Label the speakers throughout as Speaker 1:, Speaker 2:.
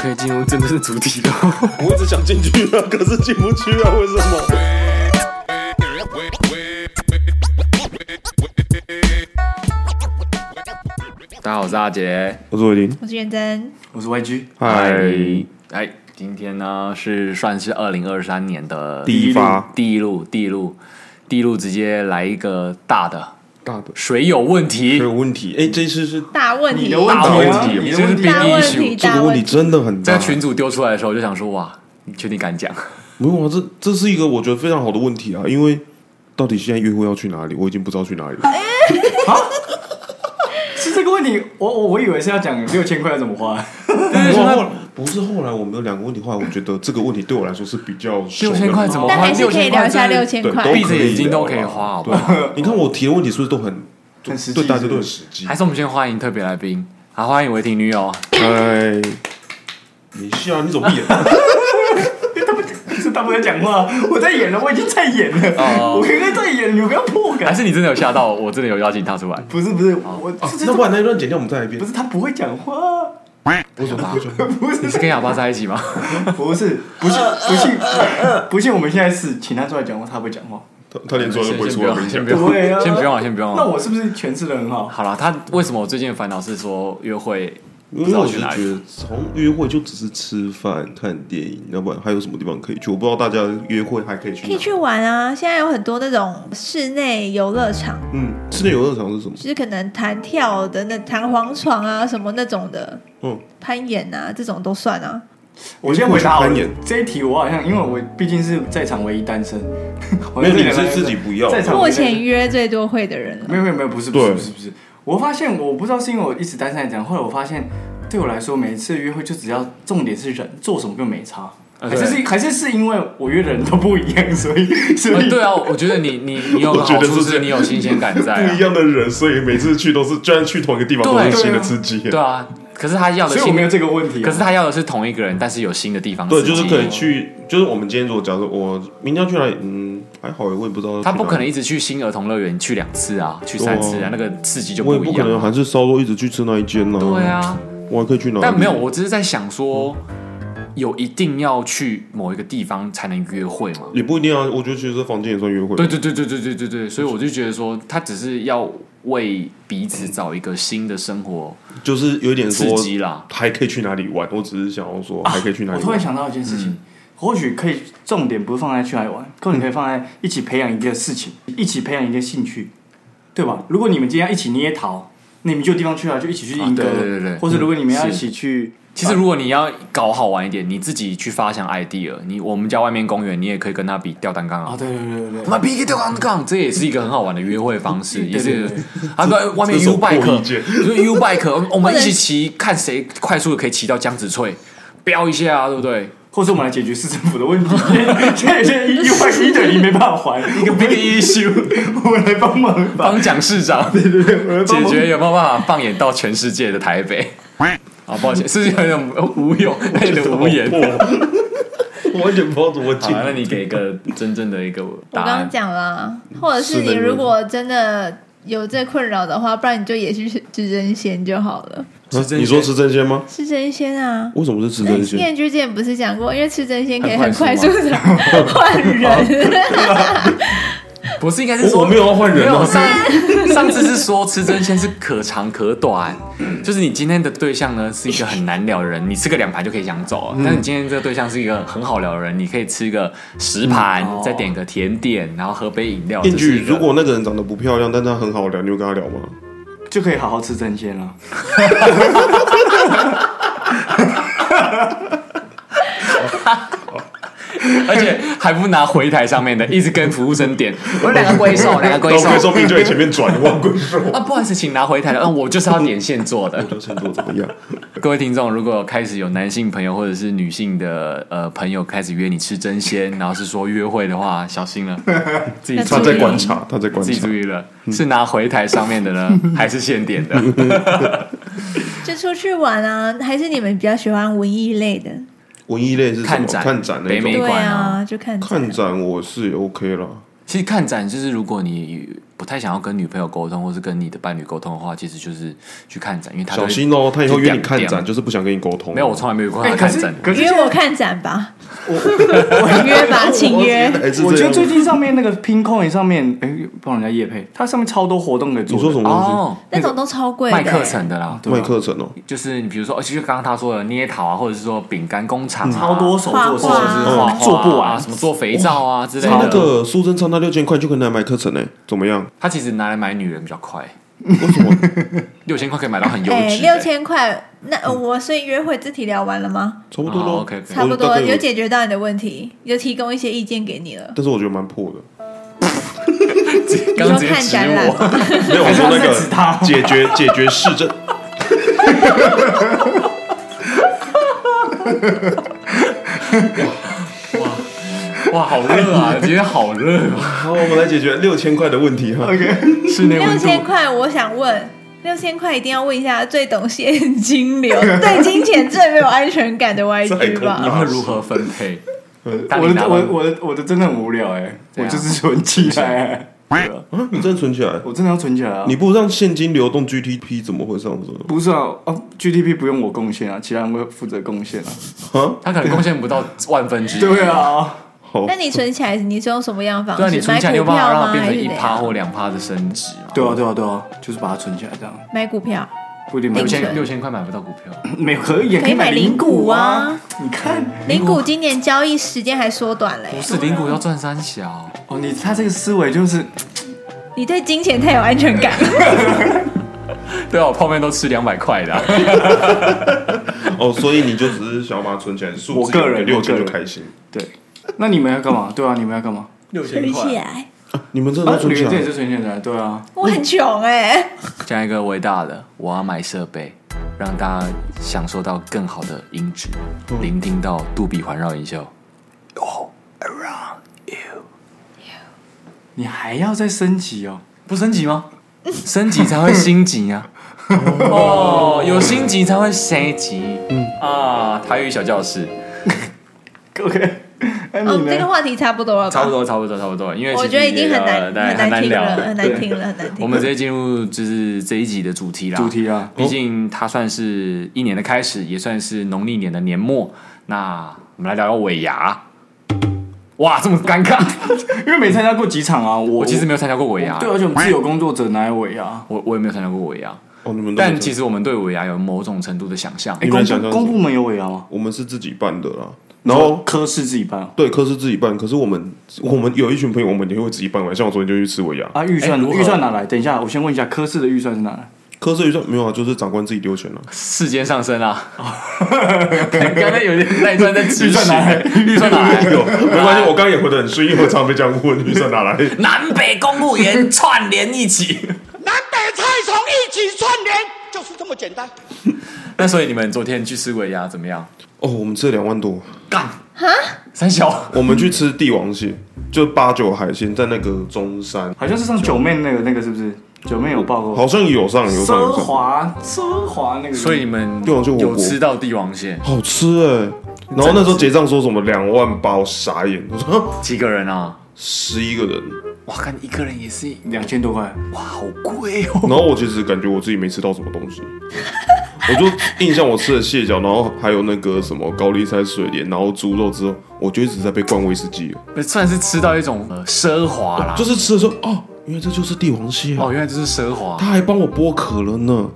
Speaker 1: 可以进入真正的主题了。
Speaker 2: 我一直想进去啊，可是进不去啊，为什么？
Speaker 1: 大家好，我是阿杰，
Speaker 2: 我是伟林，
Speaker 3: 我是元真，
Speaker 1: 我是 YG。
Speaker 2: 嗨，
Speaker 1: 哎，今天呢是算是二零二三年的
Speaker 2: 第一发
Speaker 1: 路第一路，第一路，第一路，直接来一个大的
Speaker 2: 大的
Speaker 1: 水有问题
Speaker 2: 没，有问题。哎，这一次是
Speaker 3: 大问题，
Speaker 1: 大
Speaker 2: 题
Speaker 1: 问
Speaker 2: 啊
Speaker 1: 题，
Speaker 2: 你
Speaker 1: 这是
Speaker 2: 的问
Speaker 1: big
Speaker 2: 题
Speaker 3: 大问
Speaker 1: issue
Speaker 3: 题，。
Speaker 2: 这
Speaker 3: 大
Speaker 2: 个问
Speaker 3: 问
Speaker 2: 题
Speaker 3: 题，
Speaker 2: 真的很
Speaker 1: 在
Speaker 2: 大。
Speaker 1: 群主丢出来的时候，我就想说，哇，你确定敢讲？
Speaker 2: 没有啊，这这是一个我觉得非常好的问题啊，因为到底现在约会要去哪里，我已经不知道去哪里了。
Speaker 4: 是这个问题，我我我以为是要讲六千块要怎么花，
Speaker 2: 然后后来不是后来我们有两个问题，后来我觉得这个问题对我来说是比较熟
Speaker 1: 六
Speaker 2: 的
Speaker 1: 千块怎么花？
Speaker 3: 但还是可以聊一下六
Speaker 1: 6000
Speaker 3: 千
Speaker 2: 对，
Speaker 3: 块
Speaker 2: 都。
Speaker 1: 闭着
Speaker 2: 可以
Speaker 1: 眼睛
Speaker 2: 聊
Speaker 1: 都可以
Speaker 2: 啦
Speaker 1: 花好不
Speaker 2: 对
Speaker 1: 好
Speaker 2: 啊，你看我提的问题是不是都很
Speaker 4: 很实际
Speaker 2: 对大家都
Speaker 4: 是不
Speaker 2: 很
Speaker 4: 是
Speaker 2: 实际
Speaker 1: 还？是我们先欢迎特别来宾，好，欢迎伟霆女友。
Speaker 2: 哎，没事啊，你怎么 闭眼？
Speaker 4: 是他不在讲话，我在演了，我已经在演了，
Speaker 1: 哦
Speaker 4: 我刚刚在演，你们不要破
Speaker 1: 还
Speaker 2: 啊
Speaker 4: 梗。
Speaker 1: 是你真的有吓到我？我真的有邀请他出来？
Speaker 4: 不是不是，我这
Speaker 2: 哦
Speaker 4: 这
Speaker 2: 那不然那一段剪掉，我们再来一遍
Speaker 4: 不。是他不会讲话，
Speaker 2: 不是吧？
Speaker 4: 不是
Speaker 1: 你是跟哑巴在一起吗？
Speaker 4: 不是不信不信不信，我们现在是请他出来讲话，他不会讲话。
Speaker 2: 他他连出来都不会
Speaker 1: 先不
Speaker 2: 出来，我
Speaker 1: 要
Speaker 2: 跟你，
Speaker 1: 先
Speaker 2: 讲
Speaker 1: 不。要
Speaker 4: 对，啊
Speaker 1: 先不用了，先不
Speaker 2: 哦
Speaker 1: 用
Speaker 4: 那
Speaker 1: 了。
Speaker 4: 我是不是诠释的很好？
Speaker 1: 好了，他为什么我最近的烦恼是说约 会不
Speaker 2: 因
Speaker 1: 知
Speaker 2: 为
Speaker 1: 道
Speaker 2: 我是
Speaker 1: 去
Speaker 2: 觉
Speaker 1: 哪里？
Speaker 2: 得，从约会就只是吃饭、看电影，要不然还有什么地方可以去？我不知道大家约会还可以去
Speaker 3: 可以
Speaker 2: 哪。
Speaker 3: 去玩啊！现在有很多那种室内游乐场，
Speaker 2: 嗯，室内游乐场是什么？
Speaker 3: 就是可能弹跳的、那弹簧床啊什么那种的，
Speaker 2: 嗯，
Speaker 3: 攀岩啊这种都算啊。
Speaker 4: 我先回答我
Speaker 2: 我去攀岩
Speaker 4: 这一题，我好像因为我毕竟是在场唯一单身， 我
Speaker 2: 没有，
Speaker 4: 在
Speaker 2: 你
Speaker 4: 场唯一单
Speaker 2: 是
Speaker 4: 身
Speaker 2: 自己不要。
Speaker 4: 在场
Speaker 3: 目前约最多会的人了
Speaker 4: 没，有没有没有，不是不
Speaker 2: 对
Speaker 4: 是不是不是，我发现我不知道是因为我一直单身还是怎样，后来我发现对我来说，每一次约会就只要重点是人，做什么都没差。
Speaker 1: 啊
Speaker 4: 还是
Speaker 1: 对
Speaker 4: 是还是是因为我约的人都不一样，所以所
Speaker 1: 呃
Speaker 4: 以、
Speaker 1: 对啊，我觉得你你你有个
Speaker 2: 我觉
Speaker 1: 好
Speaker 2: 得
Speaker 1: 处
Speaker 2: 是这
Speaker 1: 是
Speaker 2: 样
Speaker 1: 你有新鲜感在
Speaker 2: 不一
Speaker 1: 啊。
Speaker 2: 样的人，所以每次去都是，居然去同一个地方，都
Speaker 1: 对
Speaker 2: 是新的刺激。
Speaker 1: 对啊，可是他要的
Speaker 4: 所以我
Speaker 1: 新
Speaker 4: 没，有这个问题啊、
Speaker 1: 可是他要的是同一个人，但是有新的地方刺
Speaker 2: 对，
Speaker 1: 激。
Speaker 2: 就是可以去，就是我们今天如果假设我明天要去哪里，嗯，还好，我也不知道。
Speaker 1: 他不可能，一直去新儿童乐园去两次啊，去三次啊，那个刺激就
Speaker 2: 哦我也
Speaker 1: 不
Speaker 2: 不
Speaker 1: 一
Speaker 2: 可能
Speaker 1: 样啊。
Speaker 2: 韩式烧肉一直去吃那一间呢。
Speaker 1: 对，啊，
Speaker 2: 我还可以去哪里？
Speaker 1: 但没有，我只是在想说，有一定要去某一个地方才能约会吗？
Speaker 2: 也不一定啊，我觉得其实这房间也算约会。
Speaker 1: 对对对对对对对对，所以我就觉得说，他只是要为彼此找一个新的生活
Speaker 2: 就是有一点
Speaker 1: 刺
Speaker 2: 说
Speaker 1: 激啦。
Speaker 2: 还可以去哪里玩，我只是想要说还可以去哪
Speaker 4: 我
Speaker 2: 里
Speaker 4: 突然
Speaker 2: 玩。
Speaker 4: 想到一件事情，
Speaker 1: 嗯
Speaker 4: 或许可以重点不是放在去哪里玩，重点可以放在一起培养一个事情，一起培养一个兴趣，对吧？如果你们今天要一起捏陶，那你们就有地方去啊，就一起去
Speaker 1: 啊
Speaker 4: 英歌，
Speaker 1: 对对对对
Speaker 4: 或者如果你们要
Speaker 1: 是
Speaker 4: 一起去，
Speaker 1: 其实如果你要搞好玩一点，你自己去发想 idea，你我们家外面公园，你也可以跟他比吊单杠
Speaker 4: 啊，
Speaker 1: 啊。
Speaker 4: 对对对对对，
Speaker 1: 我们比一个吊单杠， 这也是一个很好玩的约会方式，也
Speaker 4: 对
Speaker 1: 是
Speaker 4: 对
Speaker 1: 啊，对，外面
Speaker 2: 这是
Speaker 1: U
Speaker 2: 我破意
Speaker 1: bike，
Speaker 2: 见
Speaker 1: 就是 U bike，我们
Speaker 3: 或者
Speaker 1: 一起
Speaker 3: 是
Speaker 1: 骑，看谁快速的可以骑到江子翠，飙一下啊，对不对？
Speaker 4: 或是我们来解决市政府的问 题。现在现在一一块一等一没办法还，一个 big issue，我们来帮忙吧。
Speaker 1: 帮蒋市长
Speaker 4: 对对对，我们来帮
Speaker 1: 解
Speaker 4: 忙。
Speaker 1: 决有没有办法放眼到全世界的台 北？啊，抱歉，是不是有点无用，有点无言。
Speaker 2: 我我完全不知道怎么
Speaker 1: 好
Speaker 2: 进。
Speaker 1: 了，那你给一个真正的一个
Speaker 3: 我
Speaker 1: 答
Speaker 3: 刚
Speaker 1: 案
Speaker 3: 刚。讲啦，或者是
Speaker 2: 室内
Speaker 3: 你
Speaker 2: 游乐
Speaker 3: 如果真的有这困扰的话，不然你就也去吃吃真鲜就好了。
Speaker 2: 啊你说吃真鲜吗？
Speaker 3: 吃真鲜啊！
Speaker 2: 为什么是吃
Speaker 3: 那
Speaker 2: 真鲜？
Speaker 3: 燕居之前不是讲过，因为吃真鲜可以
Speaker 1: 很
Speaker 3: 很
Speaker 1: 快
Speaker 3: 快
Speaker 1: 速
Speaker 3: 速的换人，
Speaker 1: 不是应该是
Speaker 2: 我
Speaker 1: 说
Speaker 2: 我没有要换
Speaker 1: 没
Speaker 2: 人
Speaker 1: 有
Speaker 2: 啊，
Speaker 1: 上 上次是说吃真鲜是可长可短，就是你今天的对象呢是一个很难聊的人，你吃个两盘就可以想走了。
Speaker 2: 嗯
Speaker 1: 但你今天这个对象是一个很好聊的人，你可以吃个十盘，
Speaker 4: 嗯哦
Speaker 1: 再点个甜点，然后喝杯饮料。
Speaker 2: 燕
Speaker 1: 这是
Speaker 2: 剧，
Speaker 1: 一个
Speaker 2: 如果那个人长得不漂亮，但他很好聊，你会跟他聊吗？
Speaker 4: 就可以好好吃真鲜了。
Speaker 1: 而且还不拿回台上面的，一直跟服务生点，我两个龟手，两个龟
Speaker 2: 然
Speaker 1: 手
Speaker 2: 后。会说明就在前面转，忘归说。
Speaker 1: 啊，不好意思，请拿回台的。嗯，我就是要点现做的。
Speaker 2: 就是做怎么样？
Speaker 1: 各位听众，如果开始有男性朋友或者是女性的呃朋友开始约你吃真鲜，然后是说约会的话，小心了，自己
Speaker 2: 他
Speaker 1: 注
Speaker 2: 在
Speaker 1: 意
Speaker 2: 观 察，他在观
Speaker 1: 自己
Speaker 2: 察
Speaker 1: 注。意了，是拿回台上面的呢， 还是现点的？
Speaker 3: 就出去玩啊。还是你们比较喜欢文艺类的？
Speaker 2: 文艺类是什
Speaker 1: 看
Speaker 2: 么？
Speaker 1: 展
Speaker 2: 看展那
Speaker 1: 北美
Speaker 2: 种。
Speaker 3: 对
Speaker 1: 管
Speaker 3: 啊
Speaker 1: 啊，
Speaker 3: 就看展
Speaker 2: 看展我是 OK 啦，
Speaker 1: 其实看展就是，如果你不太想要跟女朋友沟通，或是跟你的伴侣沟通的话，其实就是去看展，因为他都
Speaker 2: 小
Speaker 1: 会
Speaker 2: 心哦，他以后约你看
Speaker 1: 就两
Speaker 2: 展，就是不想跟你沟通。
Speaker 1: 没有，我从来没有过
Speaker 4: 哎
Speaker 1: 他
Speaker 4: 可
Speaker 1: 看
Speaker 4: 是
Speaker 1: 展。
Speaker 4: 可是
Speaker 3: 约
Speaker 4: 现在
Speaker 3: 我看展吧，
Speaker 4: 我 我
Speaker 3: 约吧，请约。
Speaker 2: 哎是
Speaker 4: 我
Speaker 2: 这
Speaker 4: 觉得
Speaker 2: 样
Speaker 4: 最近上面那个 Pincoin 上面，哎、帮人家夜配，它上面超多活动可以做
Speaker 2: 你
Speaker 4: 的。
Speaker 2: 说什么东
Speaker 1: 哦，
Speaker 3: 那种都超贵的、
Speaker 1: 卖课程的啦，
Speaker 2: 西？
Speaker 4: 对吧
Speaker 2: 卖课程哦，
Speaker 1: 就是你比如说，哦，其实刚刚他说的捏陶啊，或者是说饼干工厂、啊，
Speaker 4: 嗯超多手做的事
Speaker 3: 画画
Speaker 4: 情是
Speaker 1: 画画啊
Speaker 4: 哦做不完，
Speaker 1: 什么做肥皂啊之类
Speaker 2: 哎那
Speaker 1: 的。
Speaker 2: 个苏贞昌那六千块就可以拿来买课程呢，欸怎么样？
Speaker 1: 他其实拿来买女人比较快，
Speaker 2: 为什么？
Speaker 1: 六千块可以买到很优
Speaker 3: 哎，
Speaker 1: 质。嗯
Speaker 3: 六，千块，那、呃我所以约会这题聊完了吗？
Speaker 2: 差不多
Speaker 1: 哦
Speaker 2: 咯，
Speaker 1: ，OK，OK
Speaker 3: 差不
Speaker 2: 我大
Speaker 3: 多
Speaker 2: 概
Speaker 3: 有解决到你的问题，有提供一些意见给你了。
Speaker 2: 但是我觉得蛮破的。
Speaker 1: 刚刚直接
Speaker 3: 你说看
Speaker 1: 指
Speaker 3: 展览
Speaker 1: 我，
Speaker 3: 吗？
Speaker 2: 没有，我说那
Speaker 4: 还是要制止他
Speaker 2: 个解决解决市 政，
Speaker 1: 哇，好热 啊！今天好热啊！
Speaker 2: 好，我们来解决六千块的问题 哈。
Speaker 1: 室内
Speaker 3: 六
Speaker 1: 温度
Speaker 3: 千块，我想问，六千块一定要问一下最懂现金 流、对金钱最没有安全感的 YG
Speaker 1: 你
Speaker 3: 吧？
Speaker 1: 会如何分配？当
Speaker 4: 我
Speaker 1: 你拿
Speaker 4: 的
Speaker 1: 完
Speaker 4: 我我的我的真的很无聊哎、
Speaker 1: 怎
Speaker 4: 我
Speaker 1: 样
Speaker 4: 就是存起来、对啊
Speaker 2: 啊，你真的存起来？
Speaker 4: 我真的要存起来啊！
Speaker 2: 你不让现金流动 GDP 怎么会上升？
Speaker 4: 不是啊啊！GDP 不用我贡献啊，其他人会负责贡献啊。
Speaker 2: 啊，
Speaker 1: 他可能贡献不到万分 之一。
Speaker 4: 对啊，
Speaker 2: 好
Speaker 3: 那，你存起来，你是用什么样的
Speaker 1: 哦对
Speaker 3: 方
Speaker 1: 啊，
Speaker 3: 式？
Speaker 1: 你存
Speaker 3: 买
Speaker 1: 起来你
Speaker 3: 股
Speaker 1: 有
Speaker 3: 票
Speaker 1: 办法让
Speaker 3: 吗？
Speaker 1: 它变
Speaker 3: 还
Speaker 1: 成
Speaker 3: 是
Speaker 1: 一
Speaker 3: 怎
Speaker 1: 趴哦
Speaker 3: 样？
Speaker 1: 或两趴的升值嘛？
Speaker 4: 对啊，对啊，对啊，就是把它存起来这样，
Speaker 3: 买股票，
Speaker 4: 不一定买
Speaker 1: 六
Speaker 4: 不起
Speaker 1: 千
Speaker 4: 来
Speaker 1: 六千块买不到啊股票，
Speaker 4: 没有可以也
Speaker 3: 可以买
Speaker 4: 零
Speaker 3: 股
Speaker 4: 啊
Speaker 3: 啊。
Speaker 4: 你看
Speaker 3: 零股今年交易时间还缩短嘞、
Speaker 1: 不是零股要赚三小，
Speaker 4: 哦，你他这个思维就是
Speaker 3: 你对金钱太有安全感了。
Speaker 1: 对啊，我泡面都吃两百块的啊，
Speaker 2: 哦，所以你就只是想要把它存起来，数
Speaker 4: 我
Speaker 2: 字
Speaker 4: 个人
Speaker 2: 六
Speaker 4: 我
Speaker 2: 千
Speaker 4: 个
Speaker 2: 就
Speaker 4: 人
Speaker 2: 开心。
Speaker 4: 对。那你们要干嘛？对啊，你们要干嘛？
Speaker 1: 六
Speaker 3: 存起来，
Speaker 2: 你们真的
Speaker 4: 啊
Speaker 2: 都，存
Speaker 4: 旅
Speaker 2: 起
Speaker 4: 游这也
Speaker 2: 来？
Speaker 4: 是存钱的，对啊。
Speaker 3: 我很穷哎、
Speaker 1: 讲一个伟大的，我要买设备，让大家享受到更好的音质，聆听到杜比环绕音效。
Speaker 4: 你还要再升级哦。
Speaker 1: 不升级吗？升级才会心急啊！ 哦，有心急才会升级。嗯啊，台语小教室，
Speaker 4: OK，那
Speaker 3: 哦，
Speaker 4: 你
Speaker 3: 这个
Speaker 4: 呢？
Speaker 3: 话题差不多了吧？
Speaker 1: 差不多，差不多，差不多。因为
Speaker 3: 我
Speaker 1: 其实
Speaker 3: 觉得已经
Speaker 1: 也
Speaker 3: 很难
Speaker 1: 对
Speaker 3: 很难听
Speaker 1: 聊
Speaker 3: 了，很难
Speaker 4: 对
Speaker 3: 听了，很难听。
Speaker 1: 我们直接进入就是这一集的主题啦。
Speaker 4: 主题啊，
Speaker 1: 毕竟它算是一年的开始，也算是农历年的年末。那我们来聊聊尾牙。哇，这么尴尬！
Speaker 4: 因为没参加过几场啊， 我
Speaker 1: 我其实没有啊参加过尾牙，
Speaker 4: 对，而且我们自由工作者哪有尾啊？
Speaker 1: 我我也没有参加过尾牙。
Speaker 2: 哦，你们都
Speaker 1: 但其
Speaker 2: 实
Speaker 1: 实我们对尾牙有某种程度的想象。
Speaker 4: 哎，
Speaker 2: 你们
Speaker 4: 公
Speaker 2: 想象
Speaker 4: 部公部门有尾啊吗？
Speaker 2: 我们是自己办的啦，然后。
Speaker 4: 科室自己办啊
Speaker 2: 对，科是自己办，可是我们我们有一群朋友，我们也会自己办完。像我昨天就去吃尾牙，
Speaker 4: 啊，预算
Speaker 1: 哎如何
Speaker 4: 预算哪来？等一下，我先问一下科室的预算是哪来？
Speaker 2: 科是预算没有啊，就是长官自己丢钱 了、
Speaker 1: 世间上升啊！ 刚刚才有点那一段在指
Speaker 4: 预算
Speaker 1: 使
Speaker 4: 哪来，
Speaker 1: 预算哪来？
Speaker 2: 有， 没关系，我刚刚也回得很顺，因为我常被这样问，预算哪来？
Speaker 1: 南北公务员串联一起。
Speaker 5: 南北菜虫一起串联，就是这么简单。
Speaker 1: 那所以你们昨天去吃尾牙怎么样？
Speaker 2: 哦，我们吃了两万多，
Speaker 1: 干哈？三小
Speaker 2: 我们去吃帝王蟹，就八九海鲜，在那个中山，
Speaker 4: 好像是上九妹那个那个是不是？九妹有报过
Speaker 2: 好像有上有上
Speaker 4: 奢
Speaker 2: 有上，
Speaker 4: 华奢华那个，
Speaker 1: 所以你们
Speaker 2: 帝王蟹火锅
Speaker 1: 有吃到帝王蟹
Speaker 2: 好吃哎、然后那时候结账说什么两万八，我傻眼，我说
Speaker 1: 几个人啊？
Speaker 2: 十一个 人，
Speaker 1: 哇，看一个人也是
Speaker 4: 两千多块，
Speaker 1: 哇，好贵哦！
Speaker 2: 然后我其实感觉我自己没吃到什么东 西，我就印象我吃了蟹脚，然后还有那个什么高丽菜水莲，然后猪肉之后，我就一直在被灌威士忌了，
Speaker 1: 算是吃到一种呃奢华啦，
Speaker 2: 就是吃的时候哦，原来这就是帝王蟹、啊，
Speaker 1: 哦，原来这是奢华
Speaker 2: 他还帮我剥壳了呢，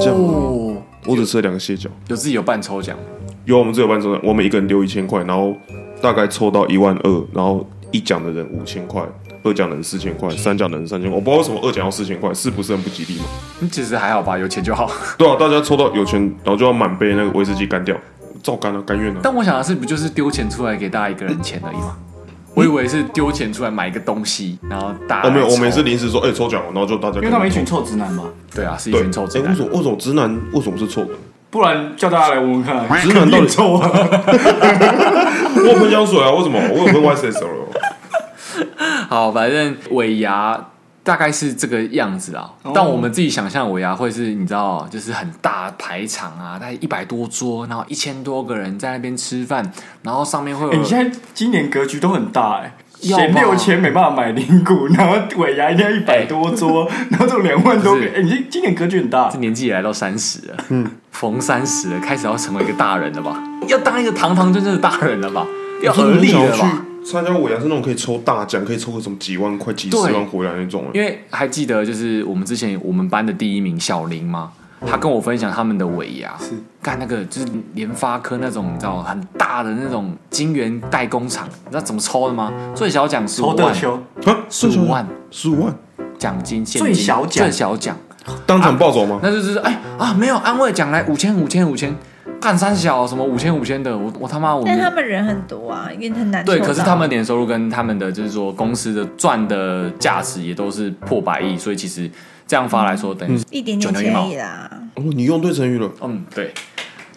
Speaker 2: 这样
Speaker 1: 哦。
Speaker 2: 我只吃了两个蟹脚。
Speaker 1: 有自己有办抽奖，
Speaker 2: 有啊我们这个班主任，我们一个人丢一千块，然后大概抽到一万二，然后一奖的人五千块，二奖的人四千块，三奖的人三千块。我不知道为什么二奖要四千块，是不是很不吉利嘛？
Speaker 1: 嗯其实还好吧，有钱就好。
Speaker 4: 嗯
Speaker 2: 对啊，大家抽到有钱，然后就要满杯那个威士忌干掉，照干啊，甘愿啊。
Speaker 1: 但我想的是，不就是丢钱出来给大家一个人钱而已吗？
Speaker 2: 嗯
Speaker 1: 我以为是丢钱出来买一个东西，然后大家
Speaker 2: 哦，没有，我们
Speaker 1: 抽
Speaker 2: 是临时说，哎、抽奖哦，然后就大家
Speaker 4: 因为他们一
Speaker 2: 跟
Speaker 4: 群
Speaker 2: 着
Speaker 4: 臭直男吧，
Speaker 1: 对啊，是一
Speaker 2: 对，
Speaker 1: 群臭直
Speaker 2: 哎
Speaker 1: 男
Speaker 2: 为什。么为什么直男为什么是错的？
Speaker 4: 不然叫大家来闻 闻看，
Speaker 2: 直男到底
Speaker 4: 肯定臭啊？
Speaker 2: 我有喷香水啊，为什么？我有喷 YSL 了。
Speaker 1: 好，反正尾牙大概是这个样子啦。但我们自己想象尾牙会是，你知道，就是很大排场啊，大概一百多桌，然后一千多个人在那边吃饭，然后上面会
Speaker 4: 哎，
Speaker 1: 有
Speaker 4: 你现在今年格局都很大哎，
Speaker 1: 要吗
Speaker 4: 嫌六千没办法买零股，然后尾牙一定要一百多 桌，然后这种两万多
Speaker 1: 不
Speaker 4: 个，
Speaker 1: 是
Speaker 4: 哎，你这今年格局很大
Speaker 1: 这。年纪也来到三十了，嗯，逢三十了，开始要成为一个大人了吧？要当一个堂堂正正的大人了吧？要合理
Speaker 2: 我
Speaker 1: 了
Speaker 2: 真的很想
Speaker 1: 吧？
Speaker 2: 去参加尾牙是那种可以抽大奖，可以抽个什么几万块、几十
Speaker 1: 对
Speaker 2: 万回来那种。
Speaker 1: 因为还记得就是我们之前我们班的第一名小林吗？他跟我分享他们的尾牙，干那个就是联发科那种，你知道很大的那种晶圆代工厂，你知道怎么抽的吗？最小奖十五
Speaker 4: 抽的
Speaker 1: 万，
Speaker 4: 球，
Speaker 2: 啊，
Speaker 1: 十五万
Speaker 2: 十五万，
Speaker 1: 奖金，现金
Speaker 4: 最小奖
Speaker 1: 最小奖，
Speaker 2: 当场暴走吗？
Speaker 1: 那就是哎啊没有安慰奖来五千五千五千，干三小什么五千五千的，我我他妈我
Speaker 3: 但他们人很多啊，也很难抽
Speaker 1: 对，
Speaker 3: 到。
Speaker 1: 可是他们年收入跟他们的就是说公司的赚的价值也都是破百亿，所以其实这样发来说等于是
Speaker 3: 一点
Speaker 1: 九
Speaker 3: 点
Speaker 1: 牛一
Speaker 3: 钱
Speaker 1: 毛
Speaker 3: 而已啦。
Speaker 2: 哦，你用对成语了。
Speaker 1: 嗯对，